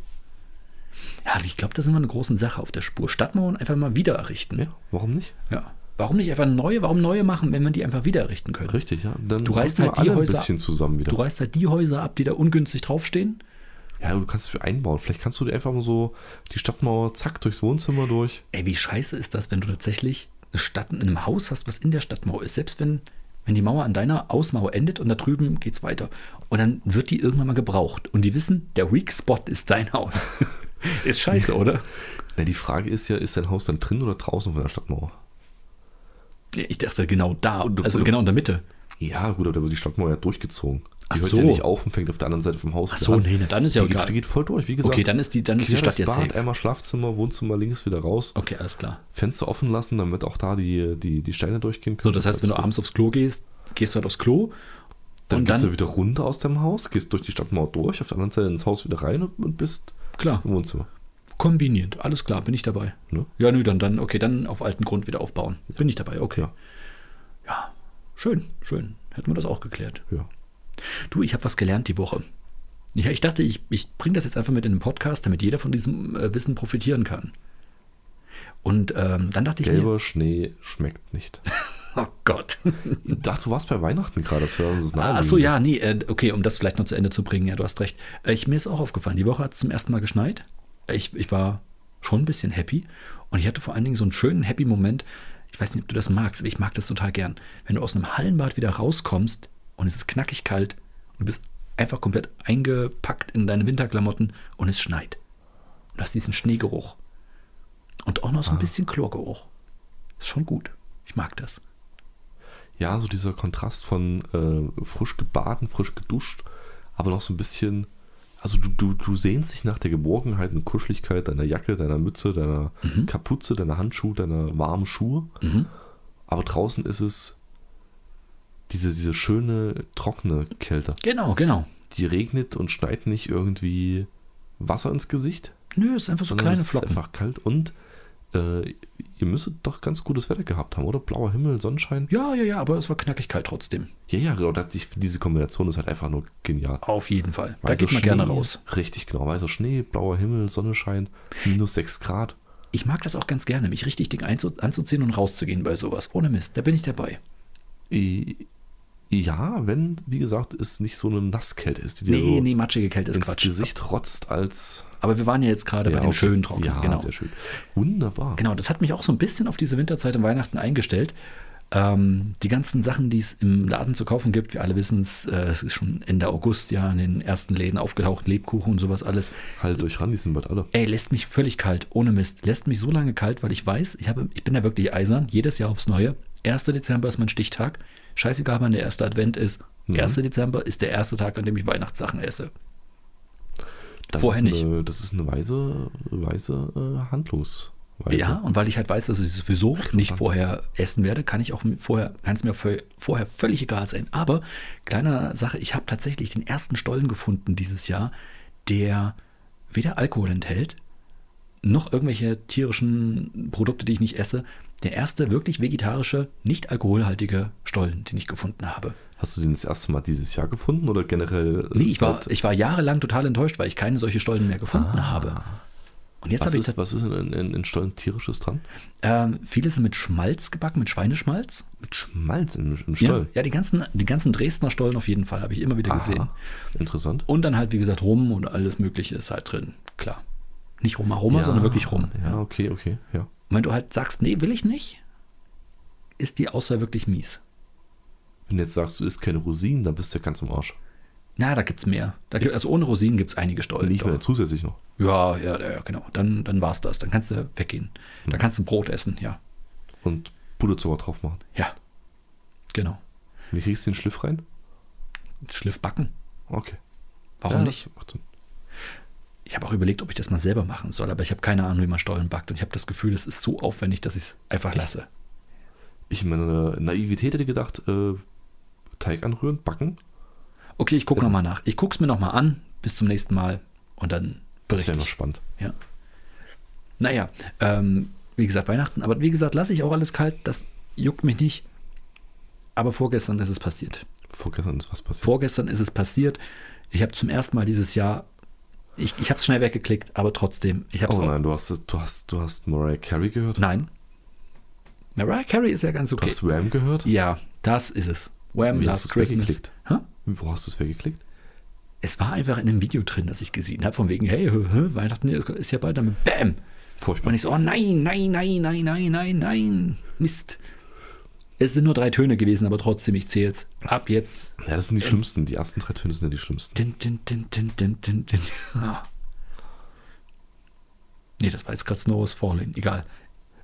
A: Ja, ich glaube, da sind wir eine große Sache auf der Spur. Stadtmauern einfach mal wieder errichten.
B: Ja, warum nicht?
A: Ja. Warum nicht einfach neue, warum neue machen, wenn man die einfach wieder errichten könnte?
B: Richtig, ja. Dann
A: Du reißt
B: rücken
A: halt
B: wir
A: die
B: alle ein
A: Häuser-
B: bisschen zusammen wieder.
A: Du reißt halt die Häuser ab, die da ungünstig draufstehen
B: Ja, du kannst es für einbauen. Vielleicht kannst du dir einfach mal so die Stadtmauer zack durchs Wohnzimmer durch.
A: Ey, wie scheiße ist das, wenn du tatsächlich eine Stadt in einem Haus hast, was in der Stadtmauer ist? Selbst wenn, wenn die Mauer an deiner Außenmauer endet und da drüben geht's weiter. Und dann wird die irgendwann mal gebraucht. Und die wissen, der Weak Spot ist dein Haus. ist scheiße, oder?
B: Na, die Frage ist ja, ist dein Haus dann drin oder draußen von der Stadtmauer?
A: Ja, Ich dachte genau da,
B: du-
A: also
B: du-
A: genau in der Mitte.
B: Ja, gut, aber da wird die Stadtmauer ja durchgezogen. Die
A: Ach
B: hört
A: so.
B: ja nicht auf und fängt auf der anderen Seite vom Haus
A: Ach
B: wieder
A: so,
B: an.
A: nee, na, dann ist ja
B: die geht,
A: egal.
B: die geht voll durch, wie gesagt.
A: Okay, dann ist die, dann ist die
B: Quer
A: Stadt ja
B: durchs Bad,
A: safe.
B: einmal Schlafzimmer, Wohnzimmer links wieder raus,
A: Okay, alles klar.
B: Fenster offen lassen, damit auch da die, die, die Steine durchgehen
A: So,
B: können.
A: das heißt, wenn du abends aufs Klo gehst, gehst du halt aufs Klo
B: dann
A: und
B: gehst
A: dann,
B: du wieder runter aus dem Haus, gehst durch die Stadtmauer durch, auf der anderen Seite ins Haus wieder rein und, und bist
A: klar,
B: im Wohnzimmer.
A: kombinierend, alles klar, bin ich dabei.
B: Ne?
A: Ja, nö, dann, dann, okay, dann auf alten Grund wieder aufbauen. Bin ich dabei, okay.
B: Ja.
A: Ja, schön, schön. Hätten wir das auch geklärt.
B: Ja.
A: Du, ich habe was gelernt die Woche. Ja, ich dachte, ich, ich bringe das jetzt einfach mit in den Podcast, damit jeder von diesem äh, Wissen profitieren kann. Und ähm, dann dachte ich mir,
B: Gelber Schnee schmeckt nicht.
A: oh Gott.
B: Ich dachte, du warst bei Weihnachten gerade, das war das
A: Ah, Ach so, ja, nee, äh, okay, um das vielleicht noch zu Ende zu bringen, ja, du hast recht. Äh, ich, mir ist auch aufgefallen, die Woche hat es zum ersten Mal geschneit. Ich, ich war schon ein bisschen happy und ich hatte vor allen Dingen so einen schönen happy Moment. Ich weiß nicht, ob du das magst, aber ich mag das total gern. Wenn du aus einem Hallenbad wieder rauskommst und es ist knackig kalt und du bist einfach komplett eingepackt in deine Winterklamotten und es schneit. Und du hast diesen Schneegeruch. Und auch noch so ein bisschen Chlorgeruch. Ist schon gut. Ich mag das.
B: Ja, so dieser Kontrast von äh, frisch gebaden, frisch geduscht, aber noch so ein bisschen. Also du, du, du sehnst dich nach der Geborgenheit und Kuscheligkeit deiner Jacke, deiner Mütze, deiner
A: Mhm.
B: Kapuze, deiner Handschuhe, deiner warmen Schuhe. Aber draußen ist es diese, diese schöne, trockene Kälte.
A: Genau, genau.
B: Die regnet und schneit nicht irgendwie Wasser ins Gesicht,
A: Nö, es ist einfach so
B: sondern
A: kleine
B: es ist
A: Flocken.
B: einfach kalt. Und äh, ihr müsstet doch ganz gutes Wetter gehabt haben, oder? Blauer Himmel, Sonnenschein.
A: Ja, ja, ja, aber es war knackig kalt trotzdem.
B: Ja, ja, genau. Das, die, diese Kombination ist halt einfach nur genial.
A: Auf jeden Fall. Da
B: Weißer
A: geht man
B: Schnee,
A: gerne raus.
B: Richtig, genau. Weißer Schnee, blauer Himmel, Sonnenschein, minus 6 Grad.
A: Ich mag das auch ganz gerne, mich richtig dick einzu- anzuziehen und rauszugehen bei sowas. Ohne Mist, da bin ich dabei.
B: I- Ja, wenn, wie gesagt, es nicht so eine Nasskälte ist, die dir
A: Nee,
B: so
A: nee, matschige Kälte ist
B: ins
A: Quatsch.
B: Gesicht rotzt als...
A: Aber wir waren ja jetzt gerade bei dem
B: okay.
A: schönen Trocken.
B: Ja,
A: genau.
B: sehr schön. Wunderbar.
A: Genau, das hat mich auch so ein bisschen auf diese Winterzeit und Weihnachten eingestellt. Ähm, die ganzen Sachen, die es im Laden zu kaufen gibt, wir alle wissen es, äh, es ist schon Ende August ja in den ersten Läden aufgetaucht, Lebkuchen und sowas alles.
B: Halt euch ran, die sind bald alle.
A: Ey, lässt mich völlig kalt, ohne Mist. Lässt mich so lange kalt, weil ich weiß, ich, habe, ich bin da wirklich eisern, jedes Jahr aufs Neue. 1. Dezember ist mein Stichtag. Scheißegal, wann der erste Advent ist. 1. Dezember ist der erste Tag, an dem ich Weihnachtssachen esse.
B: Das
A: Vorher
B: ist eine, Das ist eine weise, weise äh, Handlungsweise.
A: Ja, und weil ich halt weiß, dass ich es sowieso nicht vorher essen werde, kann ich auch mi- vorher, kann es mir vö- vorher völlig egal sein. Aber kleiner Sache, ich habe tatsächlich den ersten Stollen gefunden dieses Jahr, der weder Alkohol enthält, noch irgendwelche tierischen Produkte, die ich nicht esse. Der erste wirklich vegetarische, nicht alkoholhaltige Stollen, den ich gefunden habe.
B: Hast du den das erste Mal dieses Jahr gefunden oder generell? halt,
A: Nee, ich war,
B: seit-
A: ich war jahrelang total enttäuscht, weil ich keine solche Stollen mehr gefunden habe. Und jetzt
B: Ah. was,
A: habe ich
B: ist, was ist in, in, in Stollen tierisches dran?
A: ähm, vieles mit Schmalz gebacken, mit Schweineschmalz.
B: Mit Schmalz im, im
A: Ja,
B: Stall.
A: ja die, ganzen, die ganzen Dresdner Stollen auf jeden Fall, habe ich immer wieder gesehen.
B: Aha, interessant.
A: Und dann halt, wie gesagt, Rum und alles Mögliche ist halt drin. Klar. Nicht Rum Aroma, sondern wirklich Rum.
B: Ja, okay, okay, ja.
A: Und wenn du halt sagst, nee, will ich nicht, ist die Auswahl wirklich mies.
B: Wenn du jetzt sagst, du isst keine Rosinen, dann bist du ja ganz im Arsch.
A: Na, da gibt's mehr. Da gibt, also ohne Rosinen gibt es einige Stollen.
B: Nicht mehr zusätzlich noch.
A: Ja, ja, ja, genau. Dann, dann war's das. Dann kannst du weggehen.
B: Hm.
A: Dann kannst du Brot essen, ja.
B: Und Puderzucker drauf machen.
A: Ja. Genau.
B: Wie kriegst du den Schliff rein?
A: Schliff backen.
B: Okay.
A: Warum
B: Ja,
A: nicht?
B: das macht Sinn.
A: Ich habe auch überlegt, ob ich das mal selber machen soll, aber ich habe keine Ahnung, wie man Stollen backt. Und ich habe das Gefühl, das ist so aufwendig, dass ich es einfach lasse.
B: Ich in meiner Naivität hätte gedacht, äh, Teig anrühren, backen.
A: Okay, ich gucke
B: Essen.
A: nochmal nach. Ich gucke es mir nochmal an. Bis zum nächsten Mal. Und dann
B: Das wäre
A: berichte
B: mal
A: ich.
B: spannend.
A: Ja. Naja, ähm, wie gesagt, Weihnachten. Aber wie gesagt, lasse ich auch alles kalt. Das juckt mich nicht. Aber vorgestern ist es passiert.
B: Vorgestern ist was passiert.
A: Vorgestern ist es passiert. Ich habe zum ersten Mal dieses Jahr, ich, ich habe es schnell weggeklickt, aber trotzdem, ich habe es
B: oh
A: auch-
B: nein, du hast, das- du hast, du hast Mariah Carey gehört?
A: Nein. Mariah Carey ist ja ganz
B: Du
A: okay.
B: hast Wham gehört?
A: Ja, das ist es. Wham,
B: Wie
A: Last
B: hast du's
A: Christmas.
B: weggeklickt?
A: Hä?
B: Wo hast du es weggeklickt?
A: es war einfach in einem Video drin, das ich gesehen habe, von wegen, hey, hä, hä, Weihnachten ist ja bald, dann bam.
B: Furchtbar.
A: Und ich so, oh nein, nein, nein, nein, nein, nein, nein, Mist. Es sind nur drei Töne gewesen, aber trotzdem, ich zähl's. Ab jetzt.
B: Ja, das sind die schlimmsten. Die ersten drei Töne sind ja die schlimmsten.
A: Din, din, din, din, din, din, din. Ah. Nee, das war jetzt gerade Snow is Falling. Egal.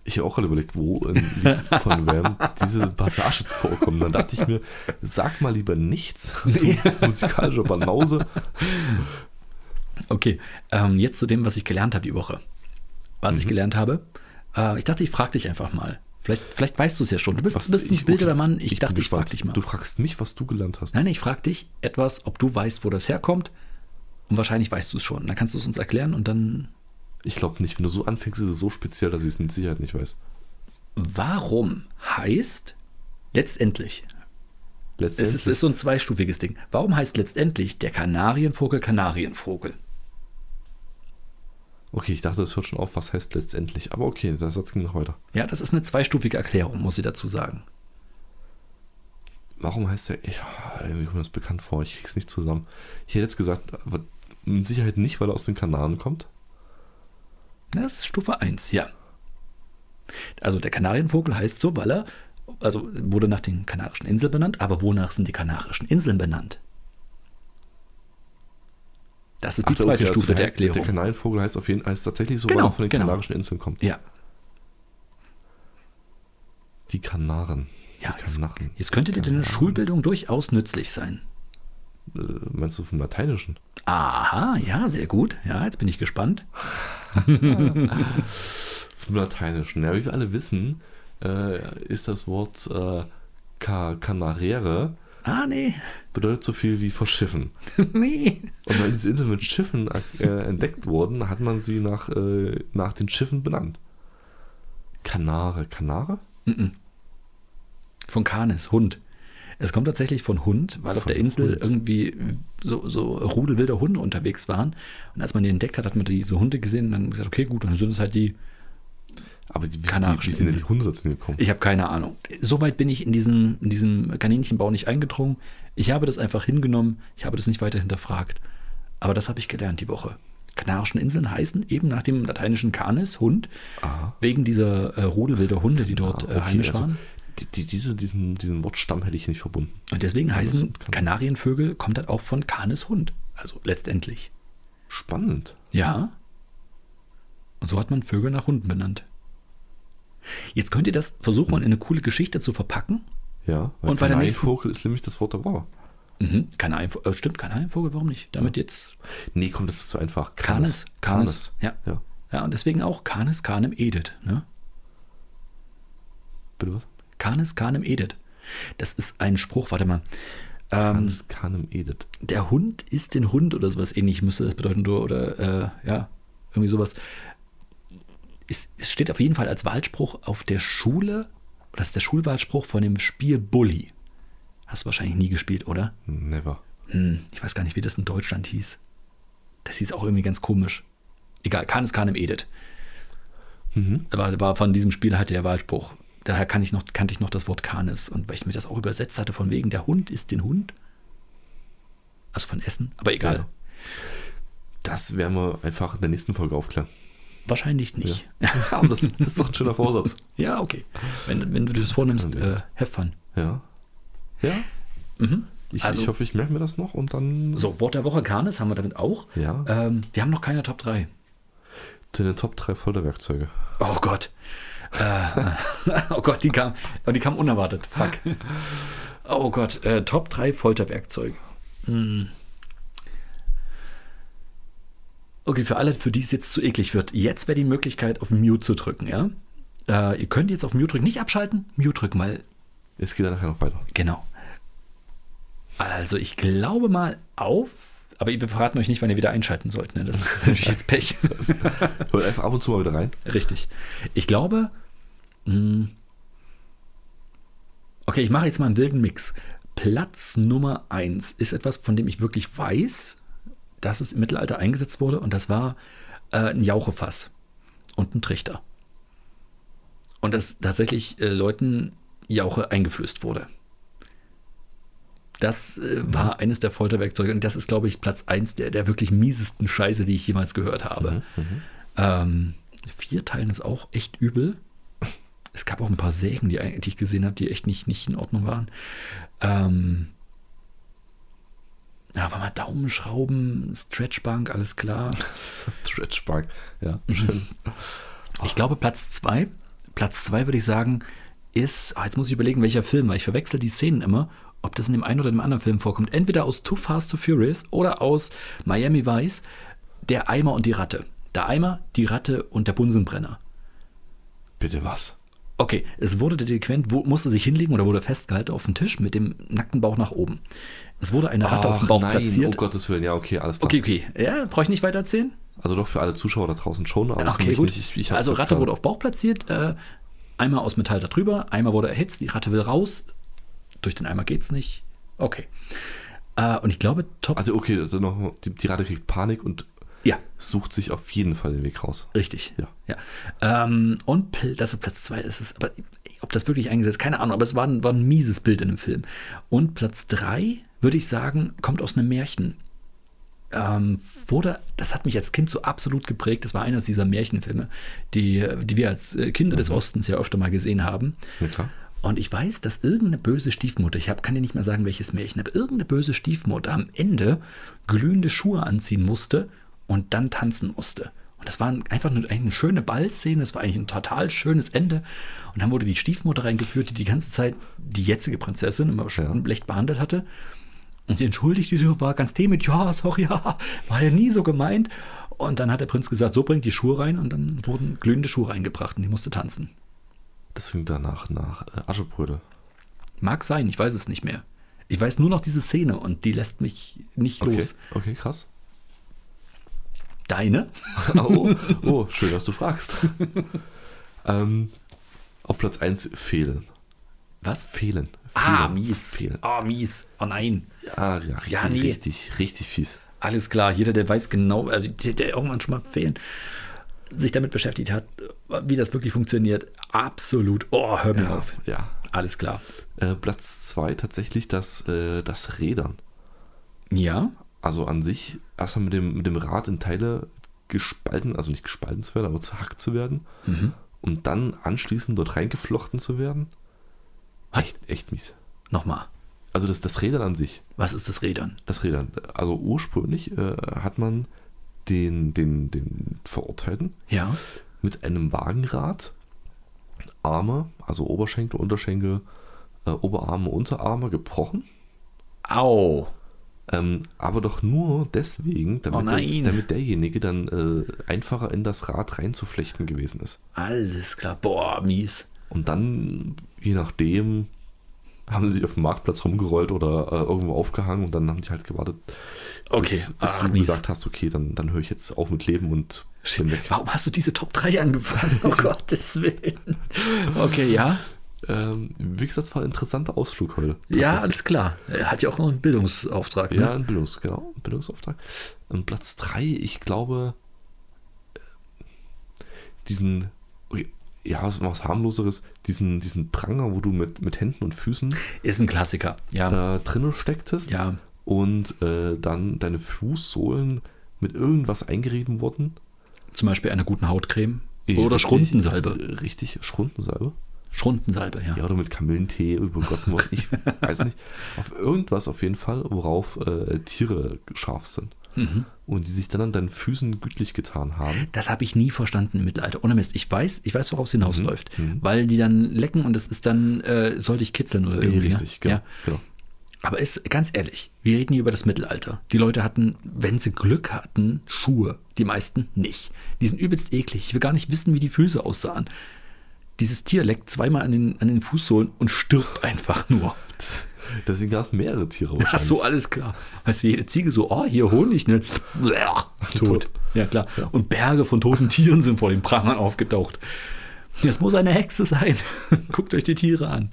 B: Ich habe auch gerade überlegt, wo ein Lied von wem diese Passage vorkommt. Dann dachte ich mir, sag mal lieber nichts, du musikalischer Banause.
A: Okay, ähm, jetzt zu dem, was ich gelernt habe die Woche. Was
B: Mhm.
A: ich gelernt habe. Äh, ich dachte, ich frage dich einfach mal. Vielleicht, vielleicht weißt du es ja schon. Du bist,
B: Was-
A: du bist ein
B: ich-
A: bildernder
B: okay.
A: Mann. Ich,
B: bin
A: dachte, ich frage
B: gespannt.
A: dich mal.
B: Du fragst mich, was du gelernt hast.
A: Nein, ich frage dich etwas, ob du weißt, wo das herkommt. Und wahrscheinlich weißt du es schon. Dann kannst du es uns erklären und dann.
B: Ich glaube nicht. Wenn du so anfängst, ist es so speziell, dass ich es mit Sicherheit nicht weiß.
A: Warum heißt letztendlich, es
B: Letztendlich.
A: ist, es ist so ein zweistufiges Ding, warum heißt letztendlich der Kanarienvogel Kanarienvogel?
B: okay, ich dachte, es hört schon auf, was heißt letztendlich. Aber okay, der Satz ging noch weiter.
A: Ja, das ist eine zweistufige Erklärung, muss ich dazu sagen.
B: Warum heißt der? Ja, irgendwie kommt mir das bekannt vor. Ich krieg's nicht zusammen. Ich hätte jetzt gesagt, aber mit Sicherheit nicht, weil er aus den Kanaren kommt.
A: Das ist Stufe 1, ja. Also der Kanarienvogel heißt so, weil er, also wurde nach den Kanarischen Inseln benannt, aber wonach sind die Kanarischen Inseln benannt? Das ist die
B: Ach, okay,
A: zweite
B: also
A: Stufe
B: der
A: der
B: heißt, der-
A: Erklärung.
B: Der Kanarienvogel heißt auf jeden Fall heißt tatsächlich so, weil
A: Genau,
B: er von den
A: genau.
B: Kanarischen Inseln kommt.
A: ja,
B: Die Kanaren.
A: ja
B: die
A: jetzt,
B: Kanaren.
A: jetzt könnte dir deine Schulbildung durchaus nützlich sein.
B: Äh, meinst du vom Lateinischen?
A: Aha, ja, sehr gut. Ja, jetzt bin ich gespannt.
B: Vom Lateinischen. Ja, wie wir alle wissen, äh, ist das Wort äh, ka Kanarere
A: Ah, nee,
B: bedeutet so viel wie verschiffen.
A: nee.
B: Und weil diese Inseln mit Schiffen äh, entdeckt wurden, hat man sie nach, äh, nach den Schiffen benannt. Kanare, Kanare?
A: Von Canis, Hund. Es kommt tatsächlich von Hund, weil auf
B: Von
A: der Insel
B: Hund.
A: irgendwie so, so Rudel wilder Hunde unterwegs waren. Und als man die entdeckt hat, hat man diese Hunde gesehen und dann gesagt, okay, gut, dann sind es halt die.
B: Aber die, wie, sind die,
A: Kanarische
B: wie sind denn die
A: Insel. Äh,
B: Hunde dazu gekommen?
A: Ich habe keine Ahnung. Soweit bin ich in diesem, in diesem Kaninchenbau nicht eingedrungen. Ich habe das einfach hingenommen. Ich habe das nicht weiter hinterfragt. Aber das habe ich gelernt die Woche. Kanarischen Inseln heißen eben nach dem lateinischen Canis, Hund,
B: Aha.
A: wegen dieser äh, Rudel wilder Hunde, die dort
B: Ah,
A: äh, heimisch
B: also
A: waren.
B: die, die, diese, diesen, diesen Wortstamm hätte ich nicht verbunden.
A: Und deswegen
B: Canis
A: heißen
B: und Kan-
A: Kanarienvögel, kommt halt auch von Kanes Hund. Also letztendlich.
B: Spannend.
A: Ja. Und so hat man Vögel nach Hunden benannt. Jetzt könnt ihr das versuchen, in eine coole Geschichte zu verpacken.
B: Ja, weil
A: Und bei der
B: Kanarienvogel ist nämlich das Wort der Woche.
A: Mhm. Kanarienvogel, äh, stimmt, Kanarienvogel, warum nicht? Damit jetzt
B: Nee, komm, das ist zu einfach.
A: Kanes. Kanes. Ja.
B: Ja.
A: ja, und deswegen auch Kanes, Kanem, Edith. Ne?
B: Bitte was?
A: Kanes, Kanem, Edith. Das ist ein Spruch, warte mal. Ähm,
B: Kanes, Kanem, Edith.
A: der Hund ist den Hund oder sowas ähnlich müsste das bedeuten oder, oder äh, ja, irgendwie sowas. Es, es steht auf jeden Fall als Wahlspruch auf der Schule, das ist der Schulwahlspruch von dem Spiel Bully. Hast du wahrscheinlich nie gespielt, oder?
B: Never.
A: Hm, ich weiß gar nicht, wie das in Deutschland hieß. Das hieß auch irgendwie ganz komisch. Egal, kann es kann im Edith.
B: Mhm.
A: Aber war von diesem Spiel halt der Wahlspruch. Daher kann ich noch, kannte ich noch das Wort Kanis. Und weil ich mir das auch übersetzt hatte, von wegen der Hund ist den Hund. Also von Essen, aber egal.
B: Ja. Das werden wir einfach in der nächsten Folge aufklären.
A: Wahrscheinlich nicht.
B: Aber das ist doch ein schöner Vorsatz.
A: Ja, okay. Wenn, wenn du dir das vornimmst,
B: kann man
A: äh,
B: nicht.
A: have fun.
B: Ja. Ja.
A: Mhm.
B: Ich,
A: Also-
B: ich hoffe, ich merke mir das noch und dann
A: So, Wort der Woche Kanis haben wir damit auch.
B: Ja.
A: Ähm, wir haben noch keine Top 3.
B: zu den Top 3 Folterwerkzeuge.
A: Oh Gott. Äh, oh Gott, die kam, oh, die kam unerwartet. Fuck. Oh Gott, äh, Top 3 Folterwerkzeuge. Hm. Okay, für alle, für die es jetzt zu eklig wird, jetzt wäre die Möglichkeit, auf Mute zu drücken, ja? Äh, ihr könnt jetzt auf Mute drücken, nicht abschalten, Mute drücken, weil
B: Es geht dann nachher noch weiter.
A: Genau. Also ich glaube mal auf, aber wir verraten euch nicht, wann ihr wieder einschalten sollt. Ne? Das ist natürlich jetzt Pech.
B: Hört einfach ab und zu mal wieder rein.
A: Richtig. Ich glaube. mh, okay, ich mache jetzt mal einen wilden Mix. Platz Nummer 1 ist etwas, von dem ich wirklich weiß, dass es im Mittelalter eingesetzt wurde und das war äh, ein Jauchefass und ein Trichter. Und dass tatsächlich äh, Leuten Jauche eingeflößt wurde. Das äh, war eines der Folterwerkzeuge und das ist, glaube ich, Platz 1 der, der wirklich miesesten Scheiße, die ich jemals gehört habe. Ähm, vier Teilen ist auch echt übel. Es gab auch ein paar Sägen, die, ein- die ich gesehen habe, die echt nicht, nicht in Ordnung waren. Ähm, ja, war mal Daumenschrauben, Stretchbank, alles klar.
B: Das ist das Stretchbank. Ja,
A: Mhm.
B: schön.
A: Ich glaube, Platz 2, Platz 2 würde ich sagen, ist, ah, jetzt muss ich überlegen, welcher Film, weil ich verwechsel die Szenen immer, ob das in dem einen oder dem anderen Film vorkommt. Entweder aus Too Fast to Furious oder aus Miami Vice, der Eimer und die Ratte. Der Eimer, die Ratte und der Bunsenbrenner.
B: Bitte was?
A: Okay, es wurde der Delinquent, wo, musste sich hinlegen oder wurde festgehalten auf dem Tisch mit dem nackten Bauch nach oben. Es wurde eine Ratte auf dem Bauch
B: oh
A: platziert.
B: Gottes Willen. Ja, okay, alles klar.
A: Okay, okay. Ja, brauche ich nicht weiter erzählen?
B: Also doch für alle Zuschauer da draußen schon, aber für
A: Okay,
B: mich
A: gut.
B: nicht. Ich, ich hab's
A: also
B: jetzt
A: Ratte
B: gerade-
A: wurde auf Bauch platziert, äh, einmal aus Metall da drüber, einmal wurde erhitzt, die Ratte will raus, durch den Eimer geht's nicht. Okay. Äh, und ich glaube, Top.
B: Also okay, also noch, die, die Ratte kriegt Panik und
A: ja,
B: sucht sich auf jeden Fall den Weg raus.
A: richtig.
B: Ja.
A: ja. Ähm, und Pl das ist Platz 2 ist es, aber ob das wirklich eingesetzt, keine Ahnung, aber es war ein, war ein mieses Bild in dem Film. Und Platz 3, würde ich sagen, kommt aus einem Märchen. ähm, wurde, das hat mich als Kind so absolut geprägt, das war eines dieser Märchenfilme, die, die wir als äh, Kinder des Ostens ja öfter mal gesehen haben.
B: Ja, klar.
A: Und ich weiß, dass irgendeine böse Stiefmutter, ich hab, kann dir nicht mehr sagen, welches Märchen, aber irgendeine böse Stiefmutter am Ende glühende Schuhe anziehen musste und dann tanzen musste. Und das war ein, einfach eine, eine schöne Ballszene, das war eigentlich ein total schönes Ende. Und dann wurde die Stiefmutter reingeführt, die die ganze Zeit die jetzige Prinzessin immer schon schlecht behandelt hatte. Und sie entschuldigte sich und war ganz demütig, ja, sorry, ja, war ja nie so gemeint. Und dann hat der Prinz gesagt, so bringt die Schuhe rein und dann wurden glühende Schuhe reingebracht und die musste tanzen.
B: Das klingt danach nach äh, Aschenbrödel.
A: Mag sein, ich weiß es nicht mehr. Ich weiß nur noch diese Szene und die lässt mich nicht
B: Okay,
A: los.
B: okay, krass.
A: Deine?
B: Oh, oh, schön, dass du fragst. ähm, auf Platz 1 fehlen.
A: Was?
B: Fehlen.
A: Ah,
B: Fehlen.
A: mies.
B: Fehlen. Ah,
A: Ah, mies. Oh nein.
B: Ja, ja, richtig,
A: Ja, nee.
B: richtig, richtig fies.
A: Alles klar, jeder, der weiß genau, äh, der, der irgendwann schon mal fehlen, sich damit beschäftigt hat, wie das wirklich funktioniert. Absolut. Oh, hör mir auf.
B: Ja.
A: Alles klar.
B: Äh, Platz 2 tatsächlich das, äh, das Rädern.
A: Ja,
B: Also an sich erstmal mit dem, mit dem Rad in Teile gespalten, also nicht gespalten zu werden, aber zerhackt zu werden. Und dann anschließend dort reingeflochten zu werden. Echt, echt mies.
A: nochmal.
B: Also das, das Rädern an sich.
A: Was ist das Rädern?
B: Das Rädern. Also ursprünglich äh, hat man den, den, den Verurteilten
A: Ja.
B: mit einem Wagenrad Arme, also Oberschenkel, Unterschenkel, äh, Oberarme, Unterarme gebrochen.
A: Au.
B: Ähm, aber doch nur deswegen, damit,
A: Oh nein.
B: Der, damit derjenige dann äh, einfacher in das Rad reinzuflechten gewesen ist.
A: Alles klar. Boah, mies.
B: Und dann, je nachdem, haben sie sich auf dem Marktplatz rumgerollt oder äh, irgendwo aufgehangen und dann haben die halt gewartet,
A: Okay.
B: bis, bis
A: Ach,
B: du
A: mies.
B: gesagt hast, okay, dann, dann höre ich jetzt auf mit Leben und bin weg.
A: Warum hast du diese Top 3 angefangen? Oh Gottes Willen. Okay, ja.
B: Ähm, wie gesagt, es war ein interessanter Ausflug heute.
A: Ja, alles klar. Er hat ja auch noch einen Bildungsauftrag.
B: Ja,
A: Ne?
B: ein Bildungs, genau, ein Bildungsauftrag. Und Platz 3, ich glaube, äh, diesen, okay, ja, was, was harmloseres, diesen, diesen Pranger, wo du mit, mit Händen und Füßen
A: Ist ein Klassiker. Ja.
B: äh, drinnen stecktest
A: Ja.
B: und äh, dann deine Fußsohlen mit irgendwas eingerieben wurden.
A: Zum Beispiel einer guten Hautcreme.
B: Eh,
A: Oder
B: richtig,
A: Schrundensalbe.
B: äh, Richtig, Schrundensalbe.
A: Schrundensalbe, ja.
B: Ja, oder mit Kamillentee übergossen worden. Ich weiß nicht. Auf irgendwas auf jeden Fall, worauf äh, Tiere scharf sind.
A: Mhm.
B: Und die sich dann an deinen Füßen gütlich getan haben.
A: Das habe ich nie verstanden im Mittelalter. Ohne Mist. Ich weiß, ich weiß, worauf es hinausläuft. Weil die dann lecken und es ist dann, äh, sollte ich kitzeln oder irgendwie.
B: richtig,
A: Mhm. ja.
B: genau.
A: ja.
B: genau.
A: Aber ist ganz ehrlich, wir reden hier über das Mittelalter. Die Leute hatten, wenn sie Glück hatten, Schuhe. Die meisten nicht. Die sind übelst eklig. Ich will gar nicht wissen, wie die Füße aussahen. Dieses Tier leckt zweimal an den, an den Fußsohlen und stirbt einfach nur.
B: Das, deswegen gab es mehrere Tiere
A: Ach
B: wahrscheinlich.
A: so, alles klar. Weißt du, jede Ziege so, oh, hier Honig, ne? Blech, Tot.
B: Tot.
A: Ja, klar. Und Berge von toten Tieren sind vor den Prangern aufgetaucht. Das muss eine Hexe sein. Guckt euch die Tiere an.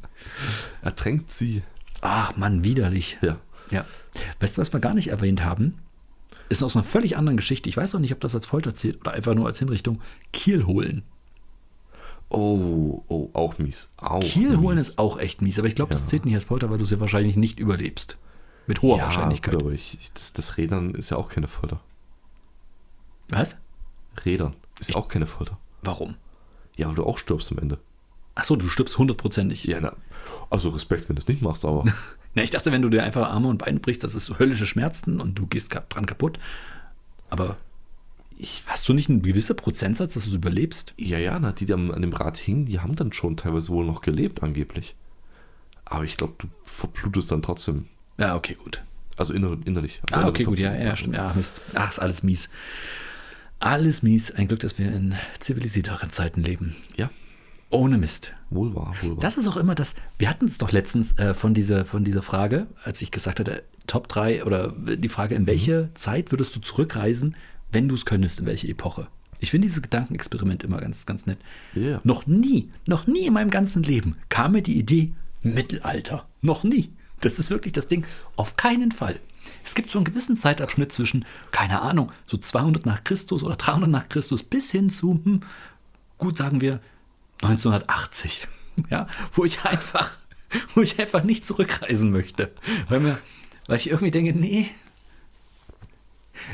B: Ertränkt sie.
A: Ach, Mann, widerlich.
B: Ja.
A: Ja. Weißt du, was wir gar nicht erwähnt haben? Ist aus einer völlig anderen Geschichte. Ich weiß auch nicht, ob das als Folter zählt oder einfach nur als Hinrichtung. Kiel holen.
B: Oh, oh, auch mies. Auch
A: Kiel holen
B: mies.
A: ist auch echt mies, aber ich glaube, das
B: Ja.
A: zählt nicht als Folter, weil du es ja wahrscheinlich nicht überlebst. Mit hoher
B: ja,
A: Wahrscheinlichkeit.
B: Gut, aber ich, ich, das, das Rädern ist ja auch keine Folter.
A: Was?
B: Rädern ist ja auch keine Folter.
A: Warum?
B: Ja, aber du auch stirbst am Ende.
A: Achso, du stirbst hundertprozentig.
B: Ja, na, also Respekt, wenn du es nicht machst, aber
A: Na, ich dachte, wenn du dir einfach Arme und Beine brichst, das ist höllische Schmerzen und du gehst kap- dran kaputt. Aber ich, hast du nicht einen gewissen Prozentsatz, dass du überlebst?
B: ja, ja, na, die, die am, an dem Rad hingen, die haben dann schon teilweise wohl noch gelebt, angeblich. Aber ich glaube, du verblutest dann trotzdem.
A: Ja, okay, gut.
B: Also inner, innerlich. Also
A: Ah,
B: innere
A: okay, gut, ja, ja,
B: Verblutung.
A: stimmt. Ja, Mist. Ach, ist alles mies. Alles mies. Ein Glück, dass wir in zivilisierteren Zeiten leben.
B: Ja,
A: Ohne Mist.
B: wohl wahr, wohl wahr.
A: Das ist auch immer das, wir hatten es doch letztens äh, von, dieser, von dieser Frage, als ich gesagt hatte, Top 3 oder die Frage, in welche Zeit würdest du zurückreisen, wenn du es könntest, in welche Epoche? Ich finde dieses Gedankenexperiment immer ganz, ganz nett.
B: Ja.
A: Noch nie, noch nie in meinem ganzen Leben kam mir die Idee Mittelalter. Noch nie. Das ist wirklich das Ding. Auf keinen Fall. Es gibt so einen gewissen Zeitabschnitt zwischen, keine Ahnung, so 200 nach Christus oder 300 nach Christus bis hin zu, hm, gut sagen wir, 1980. Ja, wo ich einfach, wo ich einfach nicht zurückreisen möchte. Weil, mir, weil ich irgendwie denke, nee,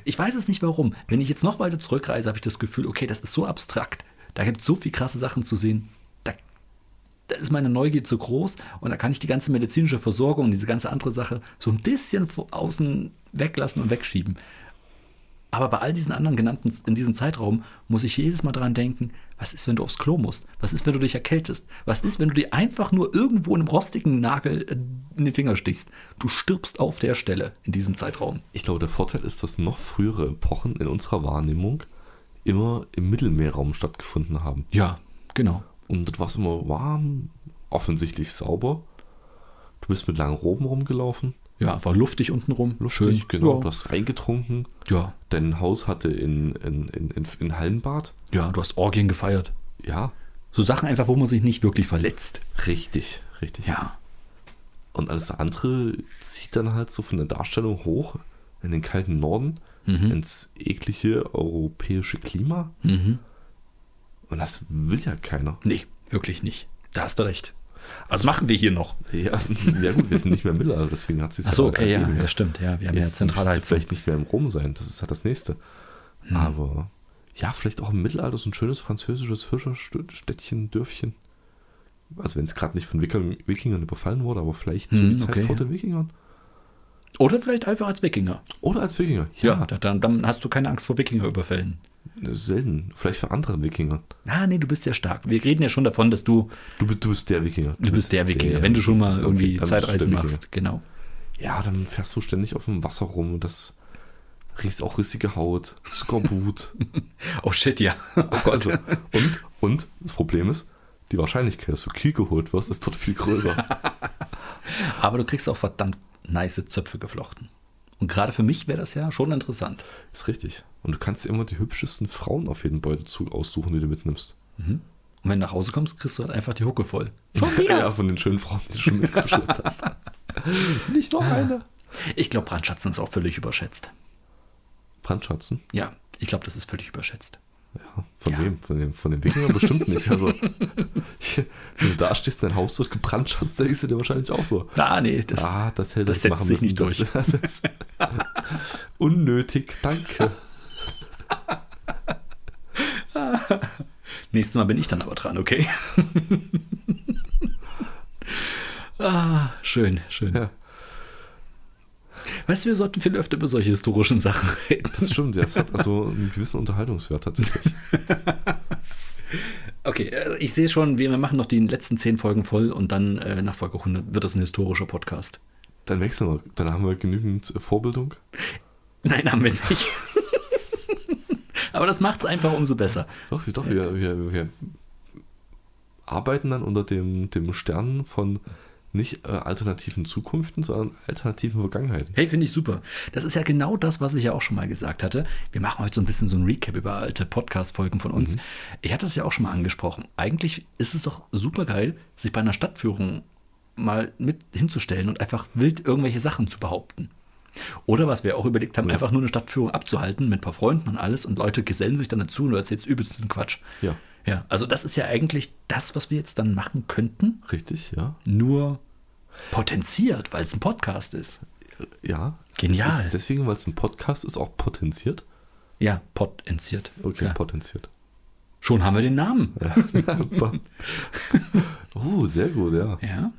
A: ich weiß es nicht warum. Wenn ich jetzt noch weiter zurückreise, habe ich das Gefühl, okay, das ist so abstrakt. Da gibt es so viel krasse Sachen zu sehen. Da, da ist meine Neugier zu groß und da kann ich die ganze medizinische Versorgung und diese ganze andere Sache so ein bisschen vor- außen weglassen und wegschieben. Aber bei all diesen anderen genannten, in diesem Zeitraum, muss ich jedes Mal dran denken, was ist, wenn du aufs Klo musst? Was ist, wenn du dich erkältest? Was ist, wenn du dir einfach nur irgendwo einem rostigen Nagel äh, in den Finger stichst? Du stirbst auf der Stelle in diesem Zeitraum.
B: Ich glaube, der Vorteil ist, dass noch frühere Epochen in unserer Wahrnehmung immer im Mittelmeerraum stattgefunden haben.
A: Ja, genau.
B: Und dort war es immer warm, offensichtlich sauber. Du bist mit langen Roben rumgelaufen.
A: Ja, war luftig untenrum.
B: Lustig, genau.
A: Ja.
B: Du hast reingetrunken.
A: ja.
B: Dein Haus hatte in, in, in, in, in Hallenbad.
A: ja, du hast Orgien gefeiert.
B: Ja,
A: So Sachen einfach, wo man sich nicht wirklich verletzt.
B: richtig, richtig.
A: Ja.
B: Und alles andere zieht dann halt so von der Darstellung hoch in den kalten Norden,
A: Mhm.
B: ins eklige europäische Klima. Und das will ja keiner.
A: Mhm. Nee, wirklich nicht. Da hast du recht. Was machen wir hier noch?
B: Ja, ja gut, wir sind nicht mehr im Mittelalter, deswegen hat sie es
A: Ach so,
B: aber
A: okay, ja,
B: ergeben,
A: ja, stimmt. Ja, wir haben ja
B: Jetzt müsste es
A: Zentralheizung. Hm.
B: vielleicht nicht mehr im Rom sein, das ist halt das Nächste. Aber ja, vielleicht auch im Mittelalter so ein schönes französisches Fischerstädtchen, Dörfchen. Also wenn es gerade nicht von Wikern- Wikingern überfallen wurde, aber vielleicht so
A: Hm,
B: die Zeit
A: okay,
B: vor
A: ja.
B: den Wikingern.
A: Oder vielleicht einfach als Wikinger.
B: Oder als Wikinger,
A: Ja,
B: ja,
A: da- dann, dann hast du keine Angst vor Wikingerüberfällen.
B: selten. Vielleicht für andere Wikinger.
A: Ah, nee, du bist ja stark. Wir reden ja schon davon, dass du,
B: Du, bi- du bist der Wikinger.
A: du bist der Wikinger, wenn du schon mal
B: Okay,
A: irgendwie
B: dann bist du der
A: Zeitreisen
B: Wikinger.
A: machst. Genau.
B: Ja, dann fährst du ständig auf dem Wasser rum und das riechst auch rissige Haut, Skorbut.
A: Oh shit, ja. Oh Gott.
B: Also, und, und das Problem ist, die Wahrscheinlichkeit, dass du Kiel geholt wirst, ist dort viel größer.
A: Aber du kriegst auch verdammt nice Zöpfe geflochten. Und gerade für mich wäre das ja schon interessant.
B: ist richtig. Und du kannst dir immer die hübschesten Frauen auf jeden Beutezug aussuchen, die du mitnimmst.
A: Und wenn du nach Hause kommst, kriegst du halt einfach die Hucke voll.
B: ja, von den schönen Frauen, die du schon mitgeschleppt hast. Nicht noch eine.
A: Ich glaube, Brandschatzen ist auch völlig überschätzt.
B: Brandschatzen?
A: Ja, ich glaube, das ist völlig überschätzt.
B: Ja. Von wem? Von dem, von dem Wikinger bestimmt nicht. Also, wenn du da stehst und dein Haus wird gebrandschatzt, denkst du dir wahrscheinlich auch so.
A: Ah, nee, das,
B: Ah, das hätte
A: das
B: ich
A: setzt
B: machen
A: sich
B: müssen.
A: nicht durch.
B: Das, das ist unnötig, danke.
A: nächstes Mal bin ich dann aber dran, okay? ah, schön, schön.
B: Ja.
A: Weißt du, wir sollten viel öfter über solche historischen Sachen reden.
B: Das stimmt, ja, es hat also einen gewissen Unterhaltungswert tatsächlich.
A: Okay, also ich sehe schon, wir wir machen noch die letzten zehn Folgen voll und dann äh, nach Folge 100 wird das ein historischer Podcast.
B: Dann wechseln wir. Dann haben wir genügend äh, Vorbildung.
A: Nein, haben wir nicht. Aber das macht es einfach umso besser.
B: Doch, wir, doch, wir, wir, wir arbeiten dann unter dem, dem Stern von nicht äh, alternativen Zukünften, sondern alternativen Vergangenheiten.
A: Hey, finde ich super. Das ist ja genau das, was ich ja auch schon mal gesagt hatte. Wir machen heute so ein bisschen so ein Recap über alte Podcast-Folgen von uns. Ich hatte das ja auch schon mal angesprochen. Eigentlich ist es doch super geil, sich bei einer Stadtführung mal mit hinzustellen und einfach wild irgendwelche Sachen zu behaupten. Oder was wir auch überlegt haben, einfach nur eine Stadtführung abzuhalten mit ein paar Freunden und alles und Leute gesellen sich dann dazu und du erzählst übelsten Quatsch.
B: Ja.
A: Ja, also das ist ja eigentlich das, was wir jetzt dann machen könnten,
B: Richtig, ja.
A: nur potenziert, weil es ein Podcast ist.
B: Ja.
A: Genial.
B: Es ist deswegen, weil es ein Podcast ist, auch potenziert.
A: Ja, potenziert.
B: Okay,
A: Klar.
B: potenziert.
A: Schon haben wir den Namen.
B: oh, sehr gut, ja.
A: Ja.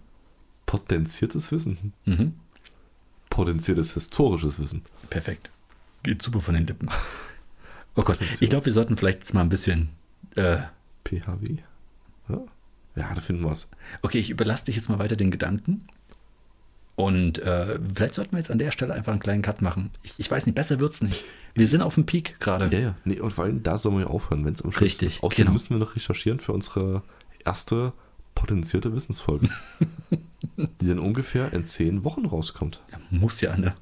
B: Potenziertes Wissen.
A: Mhm.
B: Potenziertes historisches Wissen.
A: Perfekt. Geht super von den Lippen. Oh Gott, ich glaube, wir sollten vielleicht jetzt mal ein bisschen. Äh,
B: PHW. Ja, ja da finden wir es.
A: okay, ich überlasse dich jetzt mal weiter den Gedanken. Und äh, vielleicht sollten wir jetzt an der Stelle einfach einen kleinen Cut machen. Ich, ich weiß nicht, besser wird's nicht. Wir sind auf dem Peak gerade.
B: Ja, ja. Nee, und vor allem, da sollen wir ja aufhören, wenn es am schlimmsten
A: Richtig,
B: ist. Außerdem
A: genau.
B: müssen wir noch recherchieren für unsere erste potenzierte Wissensfolge. die dann ungefähr in zehn Wochen rauskommt.
A: Muss ja, ne?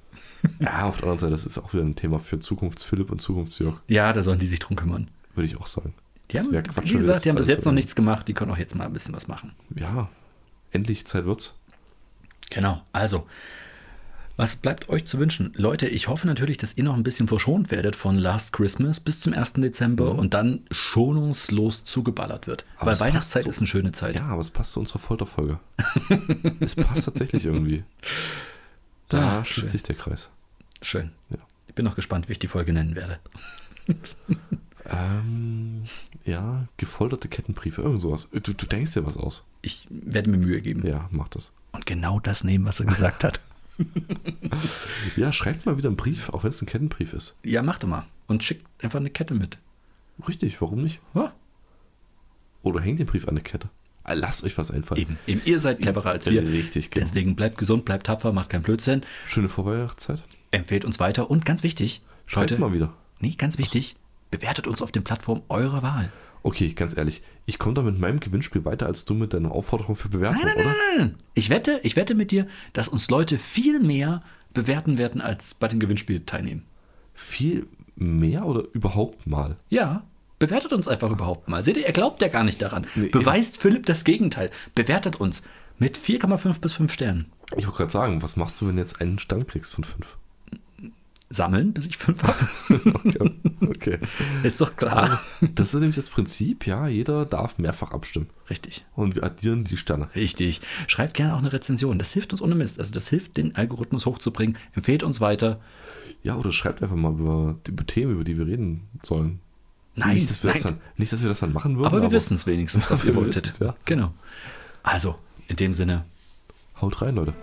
B: Ja, auf der anderen Seite, das ist auch wieder ein Thema für Zukunftsphilipp und Zukunftsjörg,
A: Ja, da sollen die sich drum kümmern.
B: würde ich auch sagen.
A: Die haben,
B: wär
A: wie
B: wenn wir
A: gesagt, die haben
B: das
A: bis jetzt noch
B: alles
A: nichts gemacht. Die können auch jetzt mal ein bisschen was machen.
B: so- Ja, endlich Zeit wird's.
A: Genau, also. Was bleibt euch zu wünschen? Leute, ich hoffe natürlich, dass ihr noch ein bisschen verschont werdet von Last Christmas bis zum 1. Dezember und dann schonungslos zugeballert wird.
B: Mhm. Aber
A: Weil
B: es passt
A: Weihnachtszeit
B: so.
A: ist eine schöne Zeit.
B: Ja, aber es passt zu unserer Folterfolge. es passt tatsächlich irgendwie. Da
A: Ah,
B: schließt
A: schön.
B: sich der Kreis.
A: Schön.
B: Ja.
A: Ich bin noch gespannt, wie ich die Folge nennen werde.
B: Ähm, ja, gefolterte Kettenbriefe, irgend sowas. Du, du denkst dir was aus.
A: Ich werde mir Mühe geben.
B: Ja, mach das.
A: Und genau das nehmen, was er gesagt hat.
B: Ja, schreibt mal wieder einen Brief, auch wenn es ein Kettenbrief ist.
A: Ja, macht doch mal. Und schickt einfach eine Kette mit.
B: Richtig, warum nicht?
A: Ja,
B: Oder hängt den Brief an eine Kette. Ah, Lasst euch was einfallen.
A: eben. eben. Ihr seid cleverer als wir.
B: Richtig, genau.
A: Deswegen bleibt gesund, bleibt tapfer, macht keinen Blödsinn.
B: Schöne Vorweihnachtszeit.
A: Empfehlt uns weiter. Und ganz wichtig,
B: Schreibt
A: Leute,
B: mal wieder.
A: Nee, ganz wichtig, bewertet uns auf den Plattformen eurer Wahl.
B: Okay, ganz ehrlich, ich komme da mit meinem Gewinnspiel weiter als du mit deiner Aufforderung für Bewertung,
A: Nein, nein, nein,
B: oder?
A: nein, nein. Hm, Ich wette, ich wette mit dir, dass uns Leute viel mehr bewerten werden, als bei den Gewinnspielen teilnehmen.
B: Viel mehr oder überhaupt mal?
A: Ja, bewertet uns einfach überhaupt mal. Seht ihr, er glaubt ja gar nicht daran.
B: Nee,
A: Beweist Philipp das Gegenteil. Bewertet uns mit 4,5 bis 5 Sternen.
B: Ich wollte gerade sagen, was machst du, wenn du jetzt einen Stand kriegst von fünf?
A: Sammeln, bis ich 5 habe.
B: Okay. okay.
A: Ist doch klar.
B: Das ist nämlich das Prinzip, ja, jeder darf mehrfach abstimmen.
A: Richtig.
B: Und wir addieren die Sterne.
A: Richtig. Schreibt gerne auch eine Rezension. Das hilft uns ohne Mist. Also das hilft, den Algorithmus hochzubringen. Empfehlt uns weiter.
B: Ja, oder schreibt einfach mal über, über Themen, über die wir reden sollen.
A: Nein,
B: nicht, dass wir das
A: nein.
B: dann, nicht, dass wir das dann machen würden.
A: Aber wir wissen es wenigstens, was
B: Wir
A: ihr wolltet.
B: wissen's, ja.
A: Genau. Also, in dem Sinne,
B: Haut rein, Leute.